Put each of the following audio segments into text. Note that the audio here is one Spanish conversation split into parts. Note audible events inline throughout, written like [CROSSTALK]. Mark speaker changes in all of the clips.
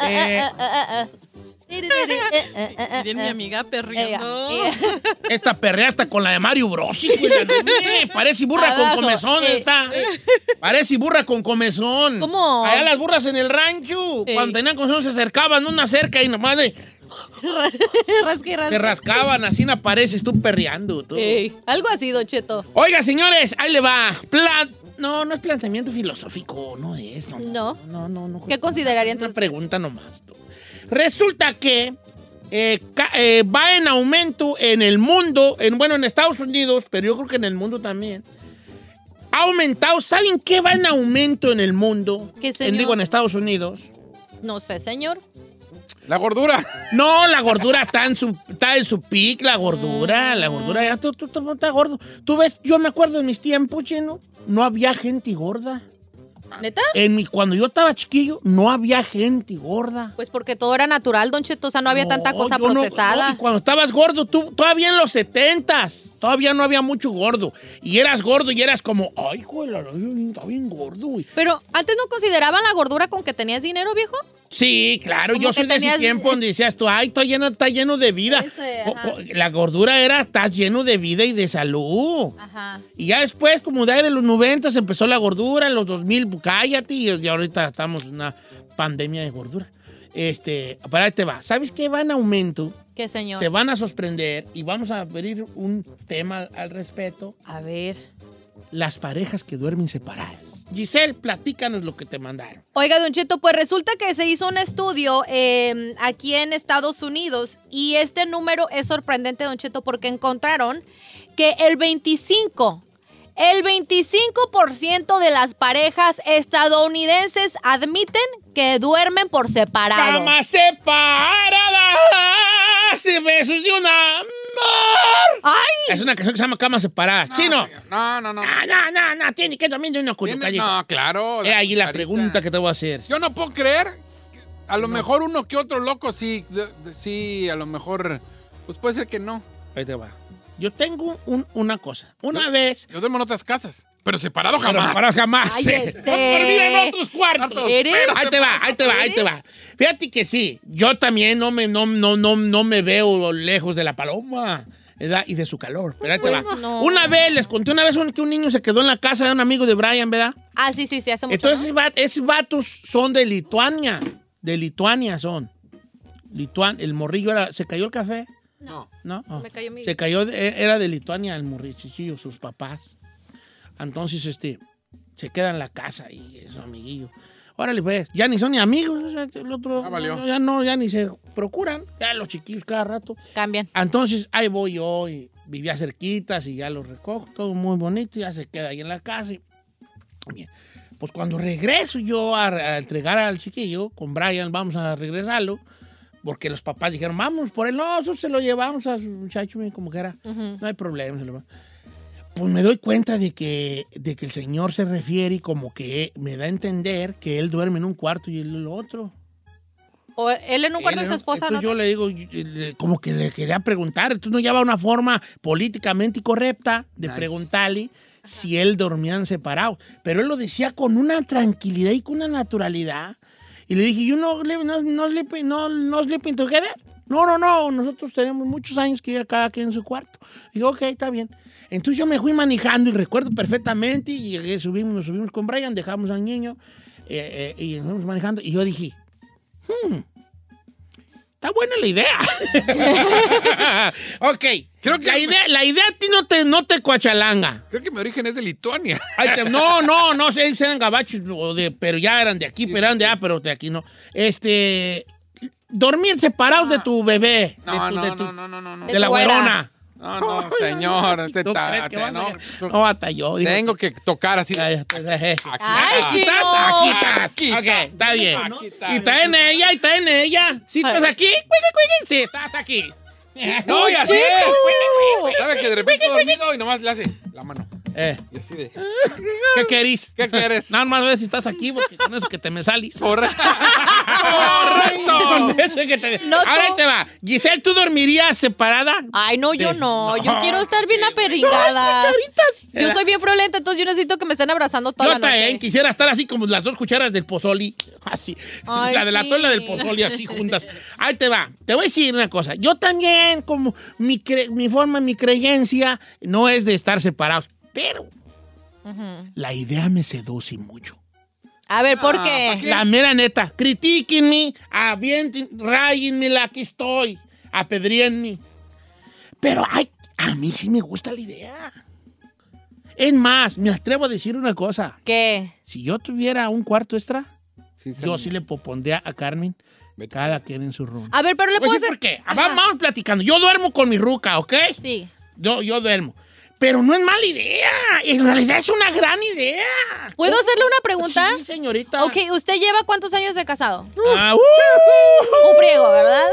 Speaker 1: Eh,
Speaker 2: [LAUGHS] Miren mi amiga perriendo.
Speaker 1: Ella,
Speaker 3: Esta perrea hasta con la de Mario Bros. hijo de la noche. parece burra
Speaker 1: Abajo,
Speaker 3: con comezón
Speaker 1: eh,
Speaker 3: esta. Parece burra con comezón.
Speaker 1: ¿Cómo?
Speaker 3: Allá las burras en el rancho.
Speaker 1: Eh.
Speaker 3: Cuando tenían comezón se acercaban una cerca y nomás le-
Speaker 1: [LAUGHS] rasca y rasca.
Speaker 3: se rascaban. Así no apareces tú perreando. tú.
Speaker 1: Ey, algo así, Don Cheto.
Speaker 3: Oiga, señores, ahí le va. Plan... No, no es planteamiento filosófico. No es. No.
Speaker 1: No.
Speaker 3: No, no, no.
Speaker 1: ¿Qué
Speaker 3: Una
Speaker 1: consideraría entonces?
Speaker 3: pregunta nomás. tú. Resulta que eh, ca- eh, va en aumento en el mundo, en, bueno, en Estados Unidos, pero yo creo que en el mundo también. Ha aumentado, ¿saben qué va en aumento en el mundo?
Speaker 1: ¿Qué,
Speaker 3: En-
Speaker 1: señor?
Speaker 3: digo, en Estados Unidos.
Speaker 1: No sé, señor.
Speaker 4: La gordura.
Speaker 3: No, la gordura está en su, está en su pic, la gordura, la gordura. Ya tú, tú, tú no estás gordo. Tú ves, yo me acuerdo en mis tiempos, chino, no había gente gorda.
Speaker 1: ¿Neta?
Speaker 3: En mi, cuando yo estaba chiquillo, no había gente gorda.
Speaker 1: Pues porque todo era natural, Don Cheto. O sea, no había tanta cosa
Speaker 3: yo no-
Speaker 1: procesada.
Speaker 3: no, y cuando estabas gordo, tú todavía en los setentas, todavía no había mucho gordo. Y eras gordo y eras como, ay, joder, está bien gordo, güey.
Speaker 1: Pero antes no consideraban la gordura con que tenías dinero, viejo.
Speaker 3: Sí, claro,
Speaker 1: Como
Speaker 3: yo
Speaker 1: que
Speaker 3: soy de ese
Speaker 1: tenías-
Speaker 3: tiempo donde decías tú, ay, está lleno, está lleno de vida.
Speaker 1: Ese,
Speaker 3: Co-
Speaker 1: ajá.
Speaker 3: co- La gordura era, estás lleno de vida y de salud.
Speaker 1: Ajá.
Speaker 3: Y ya después, como de ahí de los 90 se empezó la gordura, en los 2000, pues, cállate, y y ahorita estamos en una pandemia de gordura. Este, para ahí te va. ¿Sabes qué va en aumento?
Speaker 1: ¿Qué, señor?
Speaker 3: se van a sorprender y vamos a abrir un tema al, al respeto.
Speaker 1: A ver.
Speaker 3: Las parejas que duermen separadas. Giselle, platícanos lo que te mandaron.
Speaker 1: Oiga, Don Cheto, pues resulta que se hizo un estudio eh, aquí en Estados Unidos y este número es sorprendente, Don Cheto, porque encontraron que el 25, el 25% de las parejas estadounidenses admiten que duermen por separado.
Speaker 3: ¡Camas separadas! y ¡Besos de un amor!
Speaker 1: ¡Ay!
Speaker 3: Es una canción que se llama Camas separadas. ¿Sí no?
Speaker 4: No, no, no.
Speaker 3: No, no, no, no. Tiene que también de una
Speaker 4: Tiene-
Speaker 3: curucallita.
Speaker 4: No, claro.
Speaker 3: Es ahí la
Speaker 4: Carita.
Speaker 3: pregunta que te voy a hacer.
Speaker 4: Yo no puedo creer. que A lo mejor uno que otro loco sí, de- de- sí, a lo mejor. Pues puede ser que no.
Speaker 3: Ahí te va. Yo tengo un- una cosa. Una vez...
Speaker 4: Yo duermo en otras casas, pero separado
Speaker 3: Pero
Speaker 4: jamás.
Speaker 3: para jamás.
Speaker 1: Ay, este.
Speaker 3: [LAUGHS] No dormí en otros cuartos.
Speaker 1: Eres-
Speaker 3: Ahí te va, ahí te va, ahí te va. Fíjate que sí, yo también no me, no, no, no, no me veo lejos de la paloma. ¿verdad? Y de su calor. Pero ahí te va.
Speaker 1: Pues no.
Speaker 3: Una vez, les conté una vez un- que un niño se quedó en la casa de un amigo de Brian, ¿verdad?
Speaker 1: Ah, sí, sí, sí, hace mucho.
Speaker 3: Entonces
Speaker 1: ¿no?
Speaker 3: va- esos vatos son de Lituania. De Lituania son. Lituan, el morrillo era. ¿Se cayó el café?
Speaker 4: No. Oh.
Speaker 3: ¿No? Ah.
Speaker 1: me cayó mi-
Speaker 3: Se cayó, de- era de Lituania el morrichillo, sus papás. Entonces, este, se queda en la casa y su amiguillo. Órale, pues, ya ni son ni amigos, o sea, el otro,
Speaker 4: Ya valió.
Speaker 3: no, ya no, ya ni se procuran, ya los chiquillos cada rato.
Speaker 1: Cambian.
Speaker 3: Entonces, ahí voy yo y vivía cerquitas y ya los recojo, todo muy bonito, ya se queda ahí en la casa. y- Bien. Pues cuando regreso yo a, a entregar al chiquillo, con Brian vamos a regresarlo, porque los papás dijeron, vamos por él, no, nosotros se lo llevamos a su muchacho, mira, como que era, no hay problema. se lo va". Pues me doy cuenta de que, de que el señor se refiere y como que me da a entender que él duerme en un cuarto y él en el otro.
Speaker 1: O él en un cuarto de su esposa, ¿no?
Speaker 3: Entonces yo le digo, yo- le- como que le quería preguntar, entonces no lleva una forma políticamente correcta de
Speaker 4: Nice.
Speaker 3: preguntarle si él dormían separado. Pero él lo decía con una tranquilidad y con una naturalidad. Y le dije, yo no, le- no, no, sleep- no, no sleeping together. No, no, no, nosotros tenemos muchos años que ir cada quien en su cuarto. Digo, ok, está bien. Entonces yo me fui manejando y recuerdo perfectamente y llegué, subimos, nos subimos con Brian, dejamos al niño eh, eh, y nos fuimos manejando. Y yo dije, Está buena la idea. [LAUGHS] ok.
Speaker 4: Creo que-
Speaker 3: la, idea, la idea a ti no te, no te coachalanga.
Speaker 4: Creo que mi origen es de Lituania.
Speaker 3: Ay, te- no, no, no, sé, ellos eran gabachos, o de- pero ya eran de aquí, pero eran de allá, pero de aquí no. Este, dormir separados de tu bebé.
Speaker 4: No,
Speaker 3: de tu-
Speaker 4: no,
Speaker 3: de tu-
Speaker 4: no, no, no, no, no.
Speaker 1: de
Speaker 3: De la
Speaker 1: tu güera.
Speaker 3: güerona.
Speaker 4: No, no,
Speaker 3: [LAUGHS]
Speaker 4: señor. se
Speaker 3: ¿Tú
Speaker 4: ta-
Speaker 3: crees que
Speaker 4: te-
Speaker 3: vas a
Speaker 4: no,
Speaker 3: llegar?
Speaker 4: tú-
Speaker 3: No, hasta yo. digo,
Speaker 4: tengo que tocar así.
Speaker 3: ya, ya, te dejé.
Speaker 4: Aquí. Ah,
Speaker 1: Ay,
Speaker 3: Aquí estás,
Speaker 1: chico.
Speaker 3: aquí estás.
Speaker 4: Aquí
Speaker 3: ok,
Speaker 4: está.
Speaker 3: está bien.
Speaker 4: Aquí está.
Speaker 3: Y está en ella, y está en ella. Si estás
Speaker 1: Ay.
Speaker 3: aquí, cuique, cuique. Sí, estás aquí.
Speaker 4: No, ya sé.
Speaker 3: Cuique, cuique, cuique.
Speaker 4: ¿Sabe que de repente está dormido y nomás le hace la mano?
Speaker 3: Eh.
Speaker 4: Y así de.
Speaker 3: ¿Qué querís?
Speaker 4: ¿Qué quieres? [LAUGHS]
Speaker 3: Nada más ver si estás aquí, porque con eso que te me salís.
Speaker 4: Correcto.
Speaker 3: ¡Correcto! cabrón ese que te...
Speaker 1: No, tú-
Speaker 3: Ahora te va. Giselle, ¿tú dormirías separada?
Speaker 1: Ay, no, yo
Speaker 3: Sí.
Speaker 1: no. Yo
Speaker 3: No.
Speaker 1: quiero estar bien aperringada. yo soy bien friolenta, entonces yo necesito que me estén abrazando toda
Speaker 3: Yo
Speaker 1: la noche.
Speaker 3: también quisiera estar así como las dos cucharas del pozoli. [LAUGHS] Así.
Speaker 1: Ay,
Speaker 3: la de la
Speaker 1: sí.
Speaker 3: tola del pozoli, así juntas. Ahí te va. Te voy a decir una cosa. Yo también, como mi, cre- mi forma, mi creencia, no es de estar separados. Pero
Speaker 1: Ujú.
Speaker 3: la idea me seduce mucho.
Speaker 1: A ver, ¿por
Speaker 4: Ah,
Speaker 1: qué?
Speaker 4: ¿pa' qué?
Speaker 3: La mera neta. Critíquenme, avienten, rayenme, aquí estoy. Apedrienme. Pero, ay, a mí sí me gusta la idea. Es más, me atrevo a decir una cosa.
Speaker 1: ¿Qué?
Speaker 3: Si yo tuviera un cuarto extra, yo [LAUGHS]
Speaker 4: Sinceramente.
Speaker 3: sí le propondría a Carmen
Speaker 4: Vete.
Speaker 3: cada quien en su room.
Speaker 1: A ver, pero le
Speaker 3: Voy
Speaker 1: puedo
Speaker 3: a decir
Speaker 1: hacer.
Speaker 3: por qué. Ah,
Speaker 1: Ah, pues, Ajá.
Speaker 3: Vamos platicando. Yo duermo con mi ruca, ¿ok?
Speaker 1: Sí.
Speaker 3: Yo, yo duermo. Pero no es mala idea. En realidad es una gran idea.
Speaker 1: ¿Puedo hacerle una pregunta?
Speaker 3: Sí, señorita.
Speaker 1: Ok, ¿usted lleva cuántos años de casado?
Speaker 3: Ah, uh.
Speaker 1: Un friego, ¿verdad?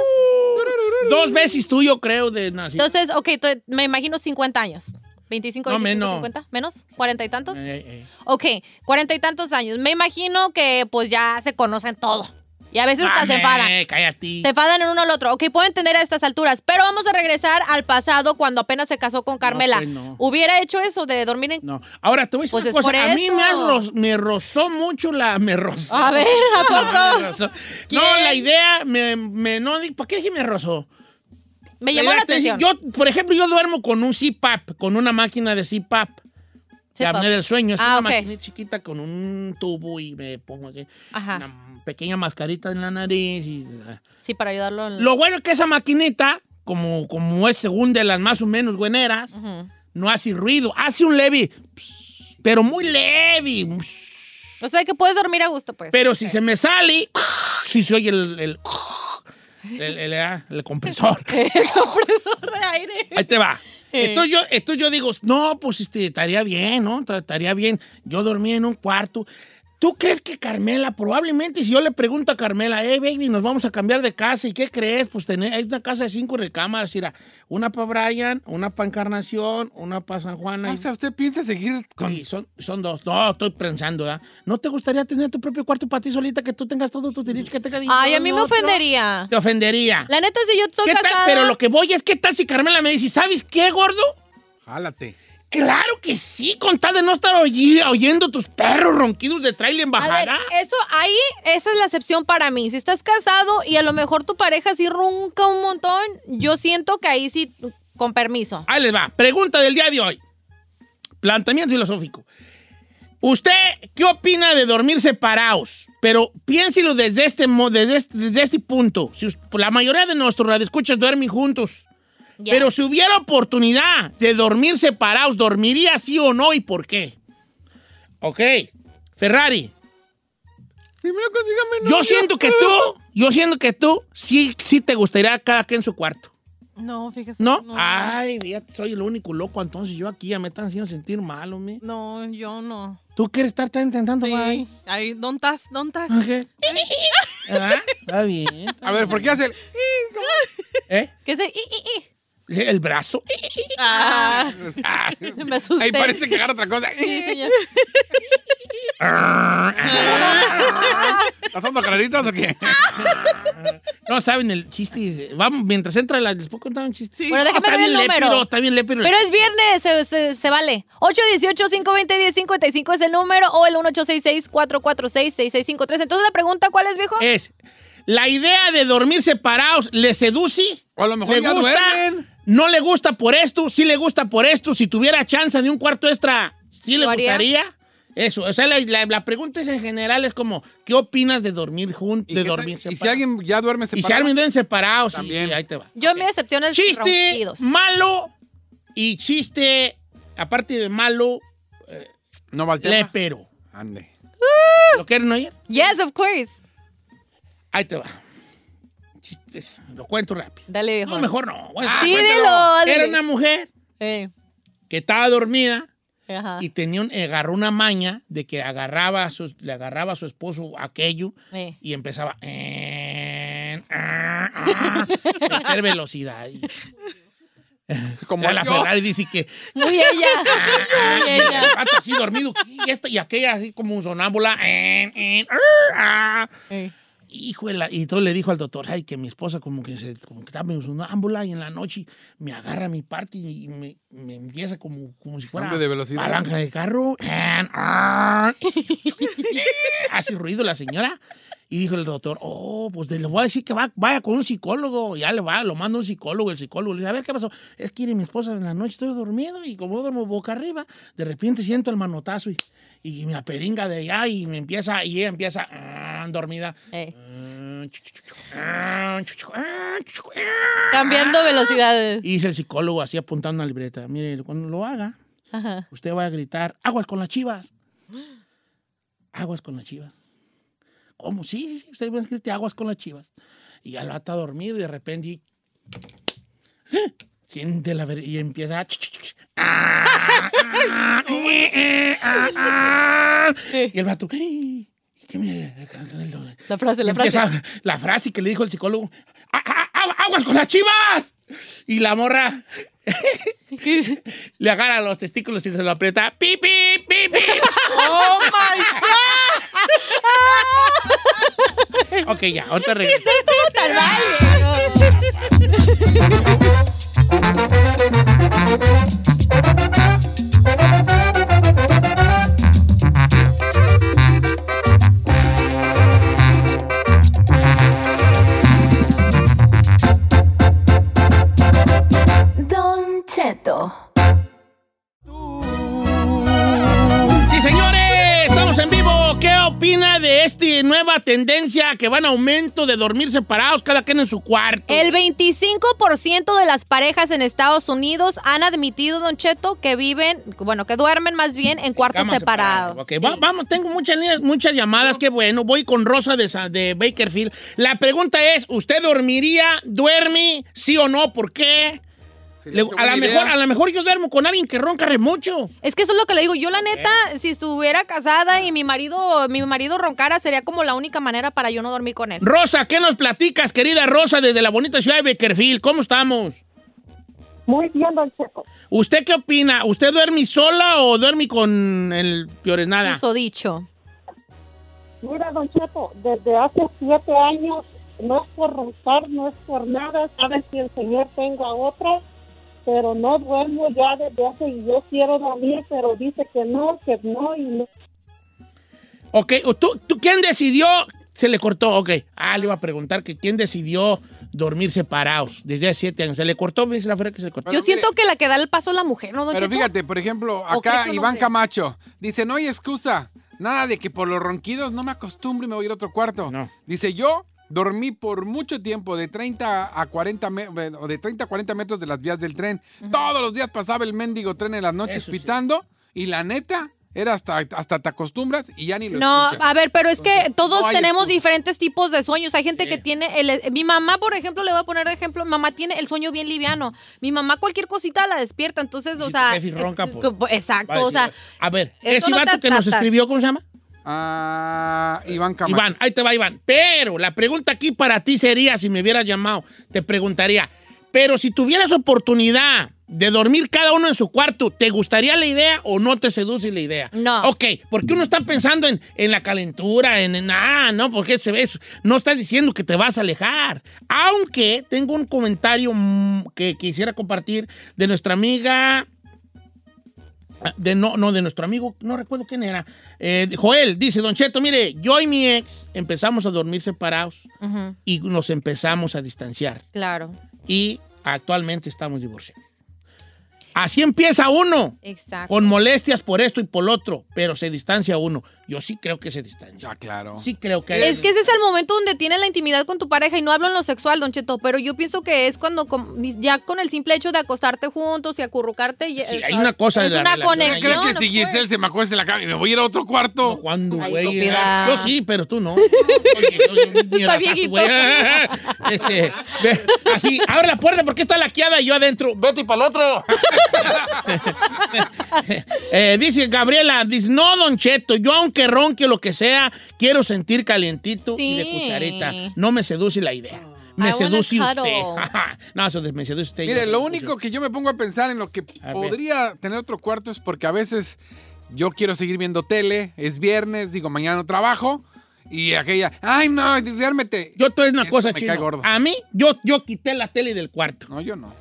Speaker 3: Dos veces tú, yo creo, de nacido.
Speaker 1: Entonces, ok, to- me imagino 50 años. 25,
Speaker 3: No,
Speaker 1: 25,
Speaker 3: menos.
Speaker 1: 50, menos, cuarenta y tantos.
Speaker 3: Eh, eh.
Speaker 1: Ok, cuarenta y tantos años. Me imagino que pues ya se conocen todo. Y a veces hasta se
Speaker 3: Dame,
Speaker 1: enfadan.
Speaker 3: Cállate.
Speaker 1: Se enfadan en uno al otro. Ok, puedo entender a estas alturas, pero vamos a regresar al pasado cuando apenas se casó con Carmela.
Speaker 3: pues, no.
Speaker 1: ¿Hubiera hecho eso de dormir en...
Speaker 3: No. Ahora te voy a decir
Speaker 1: Pues
Speaker 3: una
Speaker 1: es por
Speaker 3: cosa. A mí me,
Speaker 1: eso.
Speaker 3: arroz- me rozó mucho la. Me rozó.
Speaker 1: A ver, ¿a
Speaker 3: No, [LAUGHS]
Speaker 1: poco?
Speaker 3: me rozó.
Speaker 1: ¿Quién?
Speaker 3: No, la idea me, me no di- ¿Por qué dije me rozó?
Speaker 1: Me llamó la
Speaker 3: idea, te dije,
Speaker 1: atención.
Speaker 3: Yo, por ejemplo, yo duermo con un CPAP, con una máquina de CPAP. Te
Speaker 1: Sepa.
Speaker 3: hablé del sueño. Es
Speaker 1: Ah,
Speaker 3: una
Speaker 1: ok.
Speaker 3: máquina chiquita con un tubo y me pongo aquí
Speaker 1: Ajá.
Speaker 3: una pequeña mascarita en la nariz. y- ah,
Speaker 1: Sí, para ayudarlo. en-
Speaker 3: Lo bueno es que esa maquinita, como, como es según de las más o menos bueneras,
Speaker 1: Ujú.
Speaker 3: no hace ruido. Hace un leve, pss, pero muy leve. pss.
Speaker 1: O sea, que puedes dormir a gusto, pues.
Speaker 3: Pero si se me sale, si se oye el, el, el- el- ah, el compresor.
Speaker 1: [LAUGHS] Compresor de aire.
Speaker 3: Ahí te va.
Speaker 1: [LAUGHS] Eh.
Speaker 3: Entonces yo, entonces yo digo, no, pues este, estaría bien, ¿no? Ta- Estaría bien. Yo dormí en un cuarto. ¿Tú crees que Carmela, probablemente si yo le pregunto a Carmela, hey baby, nos vamos a cambiar de casa, ¿y qué crees? Pues tener, hay una casa de cinco recámaras, mira, una para Brian, una para Encarnación, una para San Juana.
Speaker 4: Ah, O
Speaker 1: Ah,
Speaker 3: y-
Speaker 4: sea, ¿usted piensa seguir con...?
Speaker 3: Sí, son, son dos. No, estoy pensando, ¿verdad? ¿No te gustaría tener tu propio cuarto para ti solita, que tú tengas todo tu derecho, que tengas...
Speaker 1: Ay,
Speaker 3: yo
Speaker 1: a mí me
Speaker 3: otro?
Speaker 1: ofendería.
Speaker 3: Te ofendería.
Speaker 1: La neta, si yo soy
Speaker 3: ¿Qué tal?
Speaker 1: casada...
Speaker 3: Pero lo que voy es, ¿qué tal si Carmela me dice, ¿sabes qué, gordo?
Speaker 4: Jálate.
Speaker 3: Claro que sí, con tal de no estar oy- oyendo tus perros ronquidos de trailer en
Speaker 1: A ver, eh.
Speaker 3: bajada.
Speaker 1: eso ahí, esa es la excepción para mí. Si estás casado y a lo mejor tu pareja sí ronca un montón, yo siento que ahí sí, con permiso.
Speaker 3: Ahí les va. Pregunta del día de hoy. Planteamiento filosófico. ¿Usted qué opina de dormir separados? Pero piénselo desde este, mo- desde este, desde este punto. Si us- la mayoría de nuestros radioescuchas duermen juntos.
Speaker 1: Ya.
Speaker 3: Ah, Pero si hubiera oportunidad de dormir separados, ¿dormiría sí o no y por qué? Ok. Ferrari,
Speaker 4: Primero consígame
Speaker 3: yo siento que tú, yo siento que tú sí, sí te gustaría cada quien su cuarto.
Speaker 2: No, fíjese.
Speaker 3: ¿No? Ah. Ay, fíjate, soy el único loco, entonces yo aquí ya me están haciendo sentir mal, hombre.
Speaker 2: No, yo no.
Speaker 3: ¿Tú quieres estar tan intentando,
Speaker 2: Sí.
Speaker 3: güey?
Speaker 2: Ahí, ¿dónde estás? ¿Dónde estás?
Speaker 3: Ok. ¿Verdad? Está bien.
Speaker 4: A ver, ¿por qué hace el...?
Speaker 3: ¿Eh?
Speaker 1: ¿Qué se- i, i, i. [LAUGHS]
Speaker 3: El brazo.
Speaker 2: Ah,
Speaker 1: Me asusté.
Speaker 4: [LAUGHS] Ahí parece que agarra otra cosa.
Speaker 3: [LAUGHS]
Speaker 1: Sí, señor.
Speaker 4: ¿Estás dando claritas o qué?
Speaker 3: No saben el chiste. Vamos, mientras entra la. ¿Les puedo contar un chiste?
Speaker 2: Sí.
Speaker 1: Bueno, déjame
Speaker 3: está
Speaker 1: ver el
Speaker 3: bien
Speaker 1: número.
Speaker 3: lépiro, está bien lépiro.
Speaker 1: Pero es viernes, se, se- se vale. 818-520-1055 es el número o el 1866-446-6653. Entonces la pregunta, ¿cuál es, viejo?
Speaker 3: es la idea de dormir separados le seduce.
Speaker 4: O a lo mejor
Speaker 3: ¿Le
Speaker 4: ya
Speaker 3: gusta?
Speaker 4: duermen.
Speaker 3: No le gusta por esto, sí le gusta por esto. Si tuviera chance de un cuarto extra, sí le
Speaker 1: ¿Lo haría?
Speaker 3: gustaría. Eso, o sea, la, la- la pregunta es en general es como, ¿qué opinas de dormir juntos,
Speaker 4: ¿Y
Speaker 3: de
Speaker 4: qué
Speaker 3: dormir
Speaker 4: tal- Y si
Speaker 3: separado?
Speaker 4: alguien ya duerme
Speaker 3: y
Speaker 4: separado.
Speaker 3: si alguien ven separados, sí,
Speaker 4: También.
Speaker 3: sí, ahí te va.
Speaker 1: Yo
Speaker 3: Ok.
Speaker 1: mi excepción es
Speaker 3: Chiste Mm.
Speaker 1: ronquidos.
Speaker 3: malo y chiste, aparte de malo,
Speaker 4: No va al tema.
Speaker 3: lepero.
Speaker 4: Ande.
Speaker 3: ¿Lo quieren oír?
Speaker 1: Yes, of course.
Speaker 3: Ahí te va. Chistes, lo cuento rápido.
Speaker 1: Dale, viejo.
Speaker 3: No, mejor no. bueno,
Speaker 1: Sí,
Speaker 3: Ah, cuéntalo.
Speaker 1: dilo, dile.
Speaker 3: Era una mujer
Speaker 1: Eh,
Speaker 3: que estaba dormida
Speaker 1: ajá.
Speaker 3: y tenía un- agarró una maña de que agarraba a sus- le agarraba a su esposo aquello
Speaker 1: Eh.
Speaker 3: y empezaba "Eh, ah, ah", meter velocidad. Y
Speaker 4: Como
Speaker 3: a la
Speaker 4: yo.
Speaker 3: Ferrari dice que
Speaker 1: Muy ella.
Speaker 3: [LAUGHS] "Ah",
Speaker 1: Muy
Speaker 3: y el
Speaker 1: ella.
Speaker 3: vato así dormido y, esta- y aquella así como un sonámbula. "Eh, eh, ah, ah".
Speaker 1: Eh.
Speaker 3: Híjole, y entonces le dijo al doctor, ay, que mi esposa como que se, como que estaba sonámbula y en la noche me agarra mi parte y me, me empieza como, como si fuera
Speaker 4: Cambio de velocidad.
Speaker 3: palanca de carro. [LAUGHS] And, ah, hace ruido la señora. Y dijo el doctor, oh, pues le voy a decir que va- vaya con un psicólogo. Ya le va, lo manda un psicólogo. El psicólogo le dice, a ver, ¿qué pasó? Es que mire, mi esposa en la noche estoy dormido y como duermo boca arriba, de repente siento el manotazo y, y me aperinga de allá y me empieza, y ella empieza ah, dormida.
Speaker 1: Eh.
Speaker 3: Ah, chu, chu, chu, chu, ah, chu, chu, ah, chu, chu, ah.
Speaker 1: Cambiando velocidades.
Speaker 3: Y dice el psicólogo así apuntando a la libreta, mire, cuando lo haga,
Speaker 1: Ajá.
Speaker 3: usted va a gritar, aguas con las chivas. Aguas con las chivas. ¿Cómo? Sí, sí, sí, usted va a escribirte aguas con las chivas. Y ya lo está dormido y de repente... y- ¡Ah! Siente la ver y empieza a... ¡Ah! ¡Ah! ¡Eh, eh! ¡Ah! ¡Ah! Y el vato... ¡ay! ¿Qué me-
Speaker 1: La frase, la frase.
Speaker 3: Empieza la frase que le dijo el psicólogo. ¡Ah, ah, ah, ¡Aguas con las chivas! Y la
Speaker 1: [LAUGHS]
Speaker 3: morra
Speaker 1: ¿Qué?
Speaker 3: le agarra los testículos y se lo aprieta. ¡Pi, pi, pi,
Speaker 1: [LAUGHS]
Speaker 3: pi!
Speaker 2: ¡Oh, my God!
Speaker 3: ok, ya, ahorita regreso.
Speaker 1: Puta madre.
Speaker 5: Don Cheto.
Speaker 3: Sí, señores, estamos en vivo. ¿Qué opina de esta nueva tendencia que va en aumento de dormir separados cada quien en su cuarto?
Speaker 1: El 25% de las parejas en Estados Unidos han admitido, Don Cheto, que viven, bueno, que duermen más bien en cuartos
Speaker 3: Camas
Speaker 1: separados.
Speaker 3: separadas. Ok, va- vamos, tengo muchas, líneas- muchas llamadas, qué bueno. Voy con Rosa de, Sa- de Bakerfield. La pregunta es, ¿usted dormiría, duerme, sí o no? ¿Por qué?
Speaker 4: Si
Speaker 3: Le-
Speaker 4: les hago
Speaker 3: a lo
Speaker 4: una
Speaker 3: mejor,
Speaker 4: idea.
Speaker 3: a lo mejor yo duermo con alguien que ronca re mucho.
Speaker 1: Es que eso es lo que le digo. Yo, la neta, si estuviera casada
Speaker 3: Ah.
Speaker 1: y mi marido, mi marido roncara, sería como la única manera para yo no dormir con él.
Speaker 3: Rosa, ¿qué nos platicas, querida Rosa, desde la bonita ciudad de Beckerfield? ¿Cómo estamos?
Speaker 6: Muy bien, Don Cheto.
Speaker 3: ¿Usted qué opina? ¿Usted duerme sola o duerme con el piorenada?
Speaker 1: Eso dicho.
Speaker 6: Mira, Don Cheto, desde hace siete años, no es por roncar, no es por nada. Sabes que el Señor tenga otra, pero no duermo ya desde hace y yo quiero dormir, pero dice que no, que no y no.
Speaker 3: Ok, ¿o ¿tú, tú, quién decidió? Se le cortó, ok. Ah, le iba a preguntar que quién decidió dormir separados desde hace siete años. Se le cortó, me dice la Fred que se le cortó.
Speaker 4: Bueno,
Speaker 1: yo siento
Speaker 4: mire.
Speaker 1: que la que da el paso es la mujer, ¿no, Don
Speaker 4: Pero
Speaker 1: Cheto?
Speaker 4: fíjate, por ejemplo,
Speaker 1: ¿O crees
Speaker 4: acá
Speaker 1: que un
Speaker 4: Iván
Speaker 1: hombre?
Speaker 4: Camacho dice, no hay excusa, nada de que por los ronquidos no me acostumbro y me voy a ir a otro cuarto.
Speaker 3: No.
Speaker 4: Dice, yo dormí por mucho tiempo, de 30 a 40, me- bueno, de 30 a 40 metros de las vías del tren. Todos los días pasaba el mendigo tren en las noches
Speaker 3: Eso sí.
Speaker 4: pitando y la neta... Era hasta, hasta te acostumbras y ya ni lo
Speaker 1: No,
Speaker 4: escuchas.
Speaker 1: a ver, pero es que
Speaker 4: Entonces,
Speaker 1: todos
Speaker 4: no hay
Speaker 1: tenemos
Speaker 4: excusa.
Speaker 1: diferentes tipos de sueños. Hay gente
Speaker 3: Sí.
Speaker 1: que tiene el, eh, mi mamá, por ejemplo, le voy a poner de ejemplo, mi mamá tiene el sueño bien liviano. Mi mamá cualquier cosita la despierta, entonces, o
Speaker 3: Si
Speaker 1: sea,
Speaker 3: tu jefe ronca, pues,
Speaker 1: eh, pues,
Speaker 3: Va a
Speaker 1: exacto, o
Speaker 3: decir,
Speaker 1: sea,
Speaker 3: a ver,
Speaker 1: eso
Speaker 3: ese
Speaker 1: no te
Speaker 3: vato que nos
Speaker 1: tratas.
Speaker 3: escribió, ¿cómo se llama?
Speaker 4: Ah, Iván Camacho.
Speaker 3: Iván, ahí te va Iván. Pero la pregunta aquí para ti sería, si me hubieras llamado, te preguntaría, pero si tuvieras oportunidad de dormir cada uno en su cuarto, ¿te gustaría la idea o no te seduce la idea?
Speaker 1: No.
Speaker 3: Ok, porque uno está pensando en, en la calentura, en, en, ah, no, porque se ve eso. No estás diciendo que te vas a alejar. Aunque tengo un comentario mm, que quisiera compartir de nuestra amiga Ah, de no, no, de nuestro amigo, no recuerdo quién era. Eh, Joel dice, Don Cheto, mire, yo y mi ex empezamos a dormir separados
Speaker 1: ujú,
Speaker 3: y nos empezamos a distanciar
Speaker 1: claro,
Speaker 3: y actualmente estamos divorciados. Así empieza uno,
Speaker 1: exacto.
Speaker 3: con molestias por esto y por lo otro, pero se distancia uno. Yo sí creo que se distancia.
Speaker 4: Ya, claro.
Speaker 3: Sí creo que...
Speaker 1: Es que ese es el momento donde tienes la intimidad con tu pareja y no hablo en lo sexual, Don Cheto, pero yo pienso que es cuando com- ya con el simple hecho de acostarte juntos y acurrucarte. ya-
Speaker 3: Sí,
Speaker 1: eh,
Speaker 3: hay una cosa de
Speaker 1: es
Speaker 3: la
Speaker 1: una
Speaker 3: relación ahí.
Speaker 4: ¿Usted cree
Speaker 1: conexión.
Speaker 4: que
Speaker 1: no pues.
Speaker 4: si
Speaker 1: puedes.
Speaker 4: Giselle se me acuesta en la cama y me voy a ir a otro
Speaker 3: No,
Speaker 4: cuarto?
Speaker 3: ¿Cuándo,
Speaker 1: Ay,
Speaker 3: güey?
Speaker 1: estúpida.
Speaker 3: ¿eh? Yo sí, pero tú
Speaker 1: [LAUGHS]
Speaker 3: no. Oye, yo- yo- yo-
Speaker 1: Está
Speaker 3: miedazazo,
Speaker 1: viejito.
Speaker 3: güey. [LAUGHS] Este, ve, así, abre la puerta porque está laqueada y yo adentro. Vete para el otro. [LAUGHS] Eh, dice Gabriela, dice, no, Don Cheto, yo aunque ronque o lo que sea, quiero sentir calientito y de
Speaker 1: Sí. Ah.
Speaker 3: cucharita. No me seduce la idea. Me
Speaker 1: I wanna
Speaker 3: seduce
Speaker 1: cuddle.
Speaker 3: usted. [LAUGHS] no, eso de me seduce usted.
Speaker 4: Mire,
Speaker 3: yo-
Speaker 4: lo
Speaker 3: yo-
Speaker 4: único que yo me pongo a pensar en lo que
Speaker 3: A ver.
Speaker 4: podría tener otro cuarto es porque a veces yo quiero seguir viendo tele, es viernes, digo, mañana no trabajo. Y aquella, ay, no, duérmete.
Speaker 3: Yo te voy a decir una
Speaker 4: Eso
Speaker 3: cosa,
Speaker 4: me
Speaker 3: chino.
Speaker 4: cae gordo.
Speaker 3: A mí, yo, yo quité la tele del cuarto.
Speaker 4: No, yo no.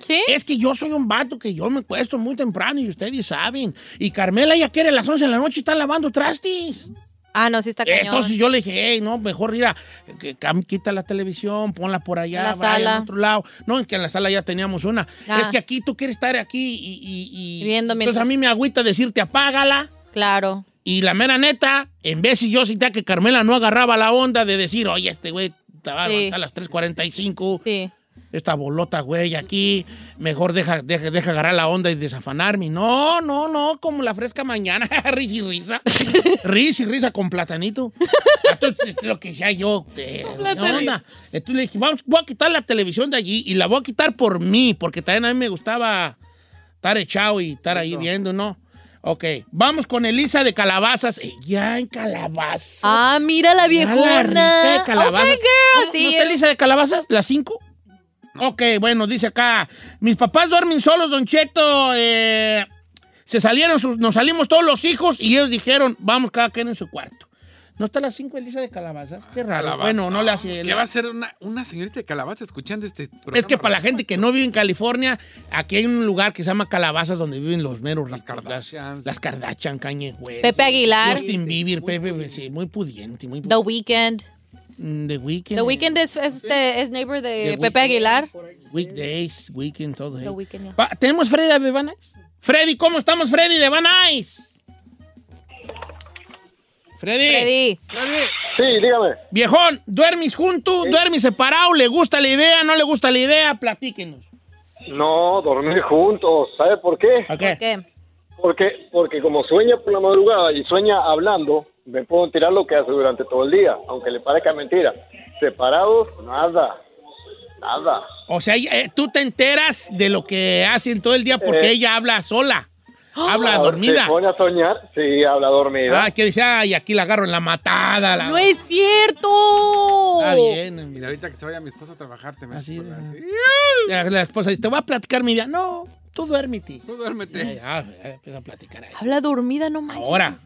Speaker 1: ¿Sí?
Speaker 4: Eh,
Speaker 3: Es que yo soy un vato que yo me cuesto muy temprano y ustedes saben. Y Carmela ya quiere a las 11 de la noche y está lavando trastes.
Speaker 1: Ah, no, sí está cañón.
Speaker 3: Entonces yo le dije, hey, no, mejor ir a, que- que- quita la televisión, ponla por allá,
Speaker 1: En la
Speaker 3: vaya
Speaker 1: sala.
Speaker 3: al otro lado. No, es que en la sala ya teníamos una.
Speaker 1: Ah.
Speaker 3: Es que aquí tú quieres estar aquí y... y- y-
Speaker 1: Viendo
Speaker 3: entonces
Speaker 1: mientras-
Speaker 3: a mí me agüita decirte, apágala.
Speaker 1: Claro.
Speaker 3: Y la mera neta, en vez si yo cité que Carmela no agarraba la onda de decir, oye, este güey te va a
Speaker 1: Sí.
Speaker 3: levantar a las 3.45,
Speaker 1: Sí.
Speaker 3: esta bolota, güey, aquí, mejor deja, deja, deja agarrar la onda y desafanarme. No, no, no, como la fresca mañana, [LAUGHS] risa y risa. risa y risa con platanito. Entonces, lo que sea yo, eh, ¿qué onda? Entonces le dije, vamos, voy a quitar la televisión de allí y la voy a quitar por mí, porque también a mí me gustaba estar echado y estar ahí viendo, ¿no? Ok, vamos con Elisa de Calabazas. Eh, ya en Calabazas.
Speaker 1: Ah, mira
Speaker 3: Ya la
Speaker 1: la
Speaker 3: rica de
Speaker 1: viejona.
Speaker 3: calabazas.
Speaker 1: Ok,
Speaker 3: ¿No-
Speaker 1: girl.
Speaker 3: ¿No
Speaker 1: Sí.
Speaker 3: está lisa de calabazas? ¿Las cinco? Ok, bueno, dice acá. Mis papás duermen solos, don Cheto. eh, se salieron, sus- nos salimos todos los hijos y ellos dijeron, vamos cada quien en su cuarto. ¿No está las cinco Elisa de calabazas? Qué raro.
Speaker 4: Calabaza.
Speaker 3: Bueno, no le hace...
Speaker 4: ¿Qué va a ser una, una señorita de calabaza escuchando este programa?
Speaker 3: Es que para la gente que no vive en California, aquí hay un lugar que se llama Calabazas donde viven los meros
Speaker 4: Las
Speaker 3: ricos,
Speaker 4: Kardashians.
Speaker 3: Las Kardashian, Kanye West,
Speaker 1: Pepe Aguilar.
Speaker 3: Justin Bieber, Pepe, sí, muy pudiente, muy
Speaker 1: The
Speaker 3: pudiente.
Speaker 1: Weeknd.
Speaker 3: Mm, The Weeknd.
Speaker 1: The Weeknd es, este, es neighbor
Speaker 3: The
Speaker 1: de
Speaker 3: Weeknd.
Speaker 1: Pepe Aguilar.
Speaker 3: Weekdays, weekend, todo
Speaker 1: The
Speaker 3: eso.
Speaker 1: Weeknd, ya.
Speaker 3: Pa- ¿Tenemos Freddy de Van Nuys? Freddy, ¿cómo estamos, Freddy de Van Nuys? Freddy,
Speaker 1: Freddy.
Speaker 5: Sí, dígame.
Speaker 3: viejón, ¿duermes junto? ¿Duermes separado? ¿Le gusta la idea? ¿No le gusta la idea? Platíquenos.
Speaker 5: No, dormir juntos. ¿Sabe por qué?
Speaker 3: Ok.
Speaker 1: ¿Qué?
Speaker 5: Porque, porque como sueña por la madrugada y sueña hablando, me puedo tirar lo que hace durante todo el día, aunque le parezca mentira. Separados, nada. Nada.
Speaker 3: O sea, y- eh, tú te enteras de lo que hacen todo el día porque
Speaker 5: Eh.
Speaker 3: ella habla sola.
Speaker 1: ¡Oh!
Speaker 3: Habla
Speaker 5: Ahora
Speaker 3: dormida.
Speaker 5: Se pone a soñar, sí, habla dormida.
Speaker 3: Ah, que dice, ay, aquí la agarro en la matada. La...
Speaker 1: ¡No es cierto!
Speaker 3: Ah, Está bien,
Speaker 4: Mira, ahorita que se vaya mi esposo a trabajar, te me
Speaker 3: Así de-
Speaker 4: acuerdas, ¿sí?
Speaker 3: La, la esposa dice, te voy a platicar mi día. No, tú duérmete.
Speaker 4: Tú duérmete.
Speaker 3: Ah, ya, empieza a platicar ahí.
Speaker 1: Habla dormida, no manches.
Speaker 2: Oh.
Speaker 3: Ahora,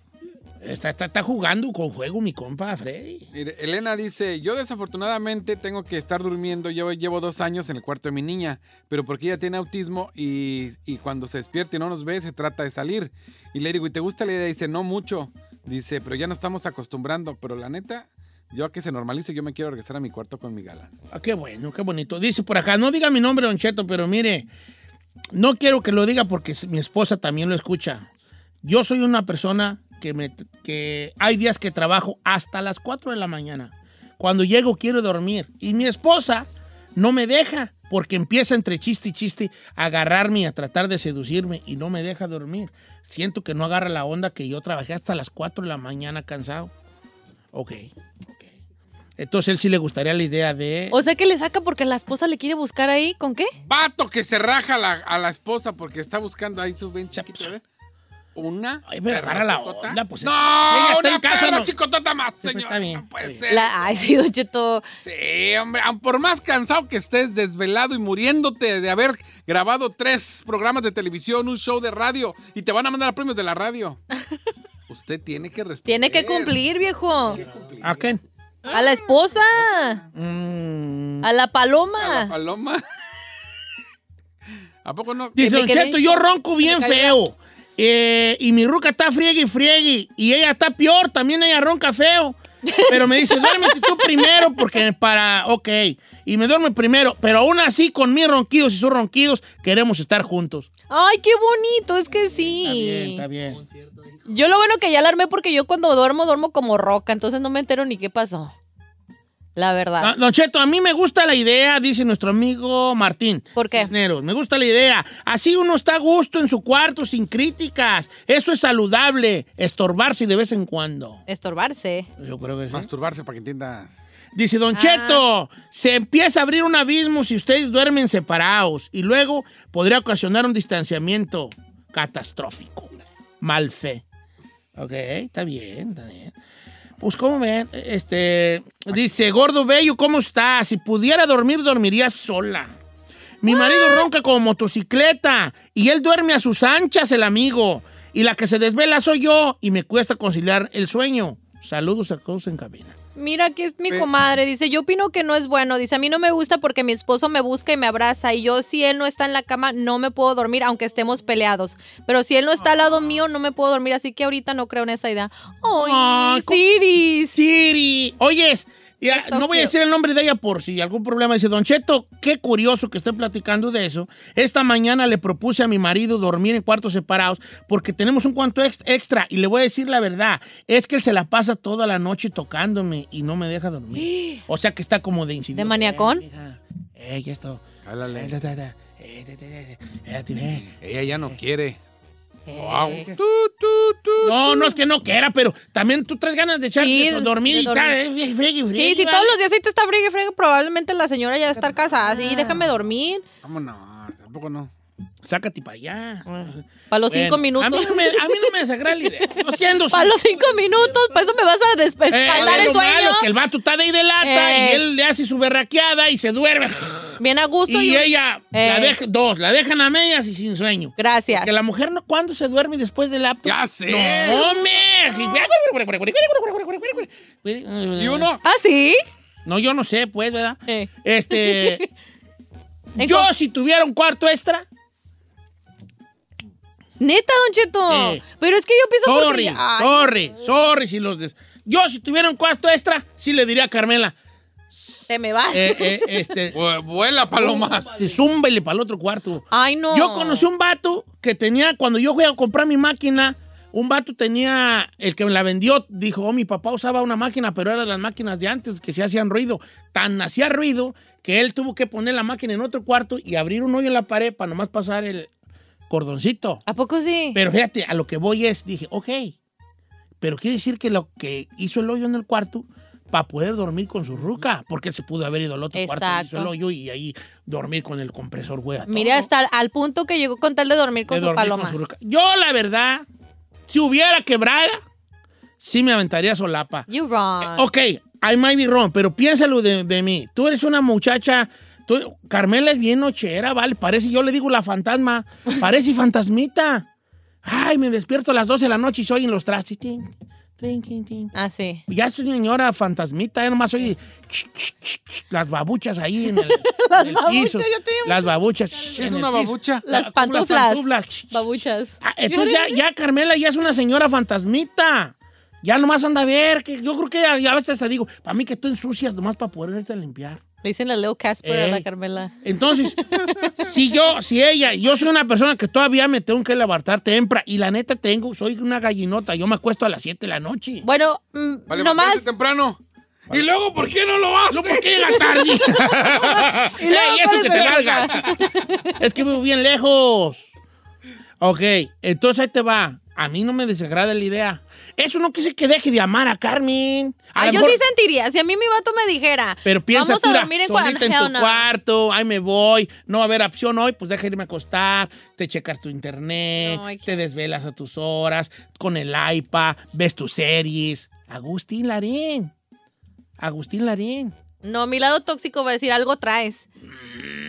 Speaker 3: está, está, está jugando con juego mi compa Freddy.
Speaker 4: Mire, Elena dice, yo desafortunadamente tengo que estar durmiendo, yo llevo dos años en el cuarto de mi niña, pero porque ella tiene autismo y, y cuando se despierta y no nos ve, se trata de salir. Y le digo, ¿y te gusta la idea? Dice, no mucho. Dice, pero ya nos estamos acostumbrando, pero la neta, yo a que se normalice, yo me quiero regresar a mi cuarto con mi galán.
Speaker 3: Ah, qué bueno, qué bonito. Dice por acá, no diga mi nombre, Don Cheto, pero mire, no quiero que lo diga porque s- mi esposa también lo escucha. Yo soy una persona que, me, que hay días que trabajo hasta las 4 de la mañana. Cuando llego quiero dormir. Y mi esposa no me deja porque empieza entre chiste y chiste a agarrarme y a tratar de seducirme y no me deja dormir. Siento que no agarra la onda que yo trabajé hasta las 4 de la mañana cansado. Ok, ok. Entonces él sí le gustaría la idea de...
Speaker 1: O sea que le saca porque la esposa le quiere buscar ahí. ¿Con qué?
Speaker 4: Vato que se raja a la, a la esposa porque está buscando ahí su ven chiquito, ¿eh? Una.
Speaker 3: Ay, pero agarra la
Speaker 4: perrotota.
Speaker 3: onda, pues,
Speaker 4: no,
Speaker 3: si ella está
Speaker 4: una
Speaker 3: en casa,
Speaker 4: perra
Speaker 3: no. pues,
Speaker 4: chicotota más, señor.
Speaker 3: está bien,
Speaker 4: No puede
Speaker 3: está
Speaker 4: ser.
Speaker 1: La, ay, sí, Don Cheto.
Speaker 4: Sí, hombre, aun por más cansado que estés, desvelado y muriéndote de haber grabado tres programas de televisión, un show de radio y te van a mandar a premios de la [LAUGHS] radio. Usted tiene que respetar.
Speaker 1: Tiene que cumplir, viejo.
Speaker 3: ¿A quién?
Speaker 1: A la esposa.
Speaker 3: Ah. Mm.
Speaker 1: A la
Speaker 4: A la
Speaker 1: paloma.
Speaker 4: paloma. [LAUGHS] ¿A poco no?
Speaker 3: Dice,
Speaker 1: me
Speaker 3: Don
Speaker 1: quedé-
Speaker 3: Cheto, yo ronco bien
Speaker 1: me caí.
Speaker 3: feo. Eh, y mi ruca está friegue y friegue. Y ella está peor, también ella ronca feo. Pero me dice, duérmete tú primero porque para... Ok. Y me duerme primero. Pero aún así, con mis ronquidos y sus ronquidos, queremos estar juntos.
Speaker 1: Ay, qué bonito, es que
Speaker 3: Está bien,
Speaker 1: sí.
Speaker 3: está bien.
Speaker 1: Yo lo bueno que ya alarmé porque yo cuando duermo, duermo como roca, entonces no me entero ni qué pasó. La
Speaker 3: Ah,
Speaker 1: verdad.
Speaker 3: Don Cheto, a mí me gusta la idea, dice nuestro amigo Martín.
Speaker 1: ¿Por qué?
Speaker 3: Cisneros, me gusta la idea. Así uno está a gusto en su cuarto sin críticas. Eso es saludable, estorbarse de vez en cuando.
Speaker 1: Estorbarse.
Speaker 3: Yo creo que sí.
Speaker 4: Masturbarse para que entienda.
Speaker 3: Dice Don
Speaker 1: Ah.
Speaker 3: Cheto, se empieza a abrir un abismo si ustedes duermen separados y luego podría ocasionar un distanciamiento catastrófico. Mal fe. Ok, está bien, está bien. Pues, ¿cómo ven? Este, dice, Gordo Bello, ¿cómo estás? Si pudiera dormir, dormiría sola. Mi marido ronca como motocicleta y él duerme a sus anchas, el amigo. Y la que se desvela soy yo y me cuesta conciliar el sueño. Saludos a todos en cabina.
Speaker 1: Mira, aquí es mi
Speaker 4: Pe-
Speaker 1: comadre. Dice, yo opino que no es bueno. Dice, a mí no me gusta porque mi esposo me busca y me abraza. Y yo, si él no está en la cama, no me puedo dormir, aunque estemos peleados. Pero si él no está al lado mío, no me puedo dormir. Así que ahorita no creo en esa idea. ¡Ay,
Speaker 3: Ay, ¿cómo-
Speaker 1: Siris!
Speaker 3: Siri. Oyes, ya,
Speaker 1: Eso
Speaker 3: no voy a
Speaker 1: quiero.
Speaker 3: decir el nombre de ella por si algún problema. Dice, Don Cheto, qué curioso que estén platicando de eso. Esta mañana le propuse a mi marido dormir en cuartos separados porque tenemos un cuarto ex- extra. Y le voy a decir la verdad, es que él se la pasa toda la noche tocándome y no me deja dormir. O sea que está como de incidente.
Speaker 1: ¿De maniacón?
Speaker 3: Eh, ya esto. Eh,
Speaker 4: Cálale.
Speaker 3: ta, ta, ta. Eh, ta, ta, ta. Eh, te ve.
Speaker 4: Ella ya no quiere. Guau.
Speaker 1: Eh,
Speaker 4: Tú, tú, tú.
Speaker 3: No, no es que no quiera, pero también tú traes ganas de echarte
Speaker 1: Sí,
Speaker 3: de dormir
Speaker 1: de
Speaker 3: y
Speaker 1: dormir.
Speaker 3: tal. eh, fregui, fregui,
Speaker 1: Sí, si
Speaker 3: vale.
Speaker 1: todos los días ahí te está friegue, friegue, probablemente la señora ya va a estar casada. Sí, déjame dormir.
Speaker 4: Vámonos. Tampoco no.
Speaker 3: Sácate para allá.
Speaker 1: Para
Speaker 3: Bueno,
Speaker 1: los cinco
Speaker 3: A mí
Speaker 1: minutos.
Speaker 3: no me, a mí no me desagrada la
Speaker 1: [LAUGHS]
Speaker 3: idea. Yo siendo
Speaker 1: Para los cinco minutos. Para eso me vas a
Speaker 3: Pues Eh,
Speaker 1: despertar
Speaker 3: es
Speaker 1: el
Speaker 3: lo
Speaker 1: sueño.
Speaker 3: malo, que el vato está de ahí de lata
Speaker 1: Eh.
Speaker 3: y él le hace su berraqueada y se duerme.
Speaker 1: Bien a gusto.
Speaker 3: Y
Speaker 1: y-
Speaker 3: ella, la
Speaker 1: Eh.
Speaker 3: deja, dos, la dejan a medias y sin sueño.
Speaker 1: Gracias.
Speaker 3: Que la mujer, no, ¿cuándo se duerme después del apto?
Speaker 4: Ya sé.
Speaker 3: ¡No, me!
Speaker 4: Y uno.
Speaker 1: ¿Ah, sí?
Speaker 3: No, yo no sé, pues, ¿verdad?
Speaker 1: Eh.
Speaker 3: Este,
Speaker 1: [LAUGHS] En
Speaker 3: yo
Speaker 1: con-
Speaker 3: si tuviera un cuarto extra,
Speaker 1: Neta, Don Cheto.
Speaker 3: Sí.
Speaker 1: Pero es que yo pienso porque
Speaker 3: Sorry,
Speaker 1: ya- Ay,
Speaker 3: sorry, sorry si los... des- Yo si tuviera un cuarto extra, sí le diría a Carmela,
Speaker 1: Te me vas.
Speaker 3: eh, eh, este...
Speaker 4: Vu- Vuela, paloma.
Speaker 3: Se zúmbele para el otro cuarto.
Speaker 1: Ay, no.
Speaker 3: Yo conocí un vato que tenía, cuando yo fui a comprar mi máquina, un vato tenía, el que me la vendió, dijo, oh, mi papá usaba una máquina, pero eran las máquinas de antes que se hacían ruido. Tan hacía ruido que él tuvo que poner la máquina en otro cuarto y abrir un hoyo en la pared para nomás pasar el cordoncito.
Speaker 1: ¿A poco sí?
Speaker 3: Pero fíjate, a lo que voy es, dije, ok, pero quiere decir que lo que hizo el hoyo en el cuarto para poder dormir con su ruca, porque él se pudo haber ido al otro cuarto, y hizo
Speaker 1: Exacto.
Speaker 3: el hoyo y ahí dormir con el compresor, güey. a
Speaker 1: Mire,
Speaker 3: todo.
Speaker 1: hasta al punto que llegó con tal de dormir con
Speaker 3: De
Speaker 1: su
Speaker 3: dormir
Speaker 1: paloma.
Speaker 3: con su ruca. Yo, la verdad, si hubiera quebrada, sí me aventaría solapa.
Speaker 1: You wrong.
Speaker 3: Eh, Ok, I might be wrong, pero piénsalo de, de mí. Tú eres una muchacha. tú- Carmela es bien nochera, ¿vale? Parece, yo le digo la fantasma.
Speaker 4: [LAUGHS]
Speaker 3: Parece fantasmita. Ay, me despierto a las 12 de la noche y soy en los trastes. Tin, tin, tin, tin.
Speaker 1: Ah, sí.
Speaker 3: Ya soy señora fantasmita, ya nomás soy las babuchas ahí
Speaker 4: [LAUGHS]
Speaker 3: en el, en el piso. las babuchas.
Speaker 4: ¿Qué es
Speaker 3: en el
Speaker 4: una
Speaker 3: piso.
Speaker 4: babucha?
Speaker 1: Las
Speaker 3: como las
Speaker 1: pantuflas.
Speaker 3: pantuflas.
Speaker 1: Babuchas.
Speaker 3: Ah, entonces ya, ya Carmela ya es una señora fantasmita. Ya nomás anda a ver, que yo creo que ya, ya a veces te digo, para mí que tú ensucias nomás para poder irte a limpiar.
Speaker 1: Le dicen la Leo Casper a la
Speaker 3: Ey.
Speaker 1: Carmela.
Speaker 3: Entonces, si yo, si ella, yo soy una persona que todavía me tengo que levantar temprano y la neta tengo, soy una gallinota, yo me acuesto a las 7 de la noche.
Speaker 1: Bueno, mm,
Speaker 4: Para levantarse
Speaker 1: nomás.
Speaker 4: temprano. Y luego, ¿por qué no lo hace?
Speaker 3: No, ¿por qué llega [LAUGHS] tarde?
Speaker 1: Y luego,
Speaker 3: Ey, eso
Speaker 1: ¿cuál
Speaker 3: que
Speaker 1: es
Speaker 3: te
Speaker 1: la
Speaker 3: larga. es que vivo bien lejos. Ok, entonces ahí te va. A mí no me desagrada la idea. Eso no quise que deje de amar a Carmen. A
Speaker 1: Ay,
Speaker 3: lo
Speaker 1: ah, yo
Speaker 3: mejor-
Speaker 1: sí sentiría. Si a mí mi vato me dijera.
Speaker 3: Pero piensa
Speaker 1: Vamos
Speaker 3: tú,
Speaker 1: a
Speaker 3: la-
Speaker 1: dormir en
Speaker 3: solita
Speaker 1: cuarto.
Speaker 3: en tu
Speaker 1: Hell no.
Speaker 3: cuarto, ahí me voy, no va a haber opción hoy, pues deja irme a acostar, te checas tu internet,
Speaker 1: No, hay que-
Speaker 3: te desvelas a tus horas, con el iPad, ves tus series. Agustín Larín. Agustín Larín.
Speaker 1: No, mi lado tóxico va a decir algo traes.
Speaker 3: Mm,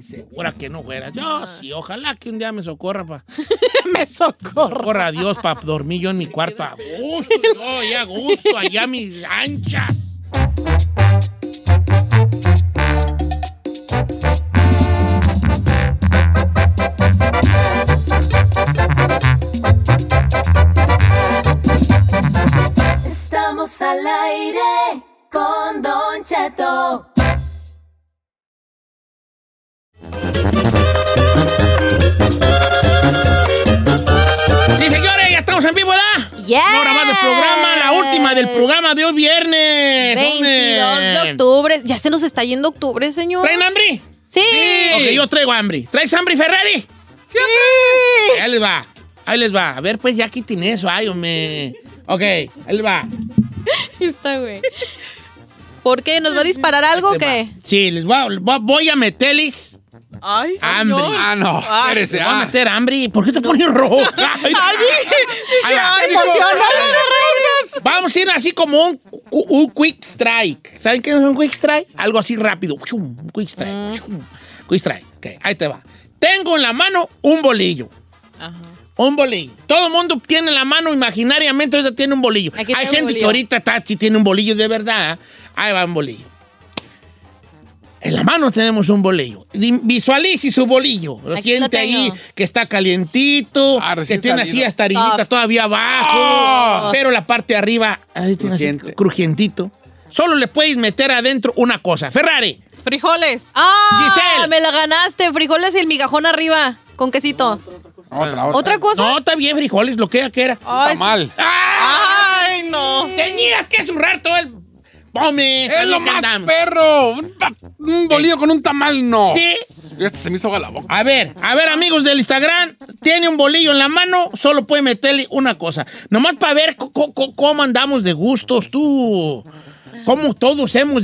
Speaker 3: Segura que no fuera. Yo sí, ojalá que un día me socorra, pa.
Speaker 1: Ah. [LAUGHS] me socorro.
Speaker 3: Socorra a Dios para dormir yo en mi cuarto a gusto. Yo, y a gusto, allá a mis anchas.
Speaker 7: Estamos al aire con Don Cheto.
Speaker 3: Sí, señores, ya estamos en vivo, ¿verdad?
Speaker 1: Yes.
Speaker 3: Una hora más del programa, la última del programa de hoy viernes.
Speaker 1: 22 ¡Eh! de
Speaker 3: hombre.
Speaker 1: octubre. Ya se nos está yendo octubre, señor.
Speaker 3: ¿Traen hambre?
Speaker 1: Sí.
Speaker 3: Ok, yo traigo hambre. ¿Traes hambre, Ferrari? ¡Siempre! Ahí les va, ahí les va. A ver, pues ya quiten eso, ay, hombre. Ok, ahí les va.
Speaker 1: Está, güey. ¿Por qué? ¿Nos va a disparar
Speaker 3: Este
Speaker 1: algo o qué?
Speaker 3: Sí, les voy a, les voy a- voy a meterles.
Speaker 2: Ay,
Speaker 3: Hambre.
Speaker 2: señor.
Speaker 4: Ah, no.
Speaker 2: Ah,
Speaker 4: Espérese,
Speaker 3: Les voy a
Speaker 4: ah.
Speaker 3: meter hambre. ¿Por qué te pones rojo? Ay, Ahí va.
Speaker 2: Ay, emocionado.
Speaker 3: Vamos a ir así como un, un quick strike. ¿Saben qué es un quick strike? Algo así rápido. Chum, un quick strike. chum, quick strike. Ok, ahí te va. Tengo en la mano un bolillo.
Speaker 2: Ajá.
Speaker 3: Un bolillo. Todo el mundo tiene en la mano imaginariamente, ahorita tiene un bolillo.
Speaker 1: Aquí
Speaker 3: Hay
Speaker 1: tengo un
Speaker 3: gente que
Speaker 1: bolillo.
Speaker 3: ahorita Tachi tiene un bolillo de verdad. Ahí va un bolillo. En la mano tenemos un bolillo. Di- Visualice su bolillo. Lo
Speaker 1: Aquí lo
Speaker 3: siente
Speaker 1: tengo.
Speaker 3: ahí, que está calientito,
Speaker 4: Ah,
Speaker 3: que
Speaker 4: recién
Speaker 3: tiene así
Speaker 4: salido. Ah.
Speaker 3: hasta harinita
Speaker 1: Soft.
Speaker 3: todavía abajo. Pero la parte de arriba, ahí tiene así,
Speaker 4: Crujiente.
Speaker 3: crujientito. Solo le puedes meter adentro una cosa. Ferrari.
Speaker 2: Frijoles.
Speaker 1: ¡Ah!
Speaker 3: Giselle.
Speaker 1: Me la ganaste. Frijoles y el migajón arriba. Con quesito.
Speaker 4: Otra, otra.
Speaker 1: ¿Otra cosa?
Speaker 3: No, está bien, frijoles, lo que ella quiera.
Speaker 1: Ay,
Speaker 4: Mal.
Speaker 2: Ay, no.
Speaker 3: Tenías que zurrar todo el. [LAUGHS] ¡Pome!
Speaker 4: Es lo más perro. Un, ta- un bolillo con un tamal, no.
Speaker 3: Sí.
Speaker 4: Este se me hizo agua la boca.
Speaker 3: A ver, a ver, amigos del Instagram, tiene un bolillo en la mano, solo puede meterle una cosa. Nomás para ver co- co- co- cómo andamos de gustos, tú. Cómo todos somos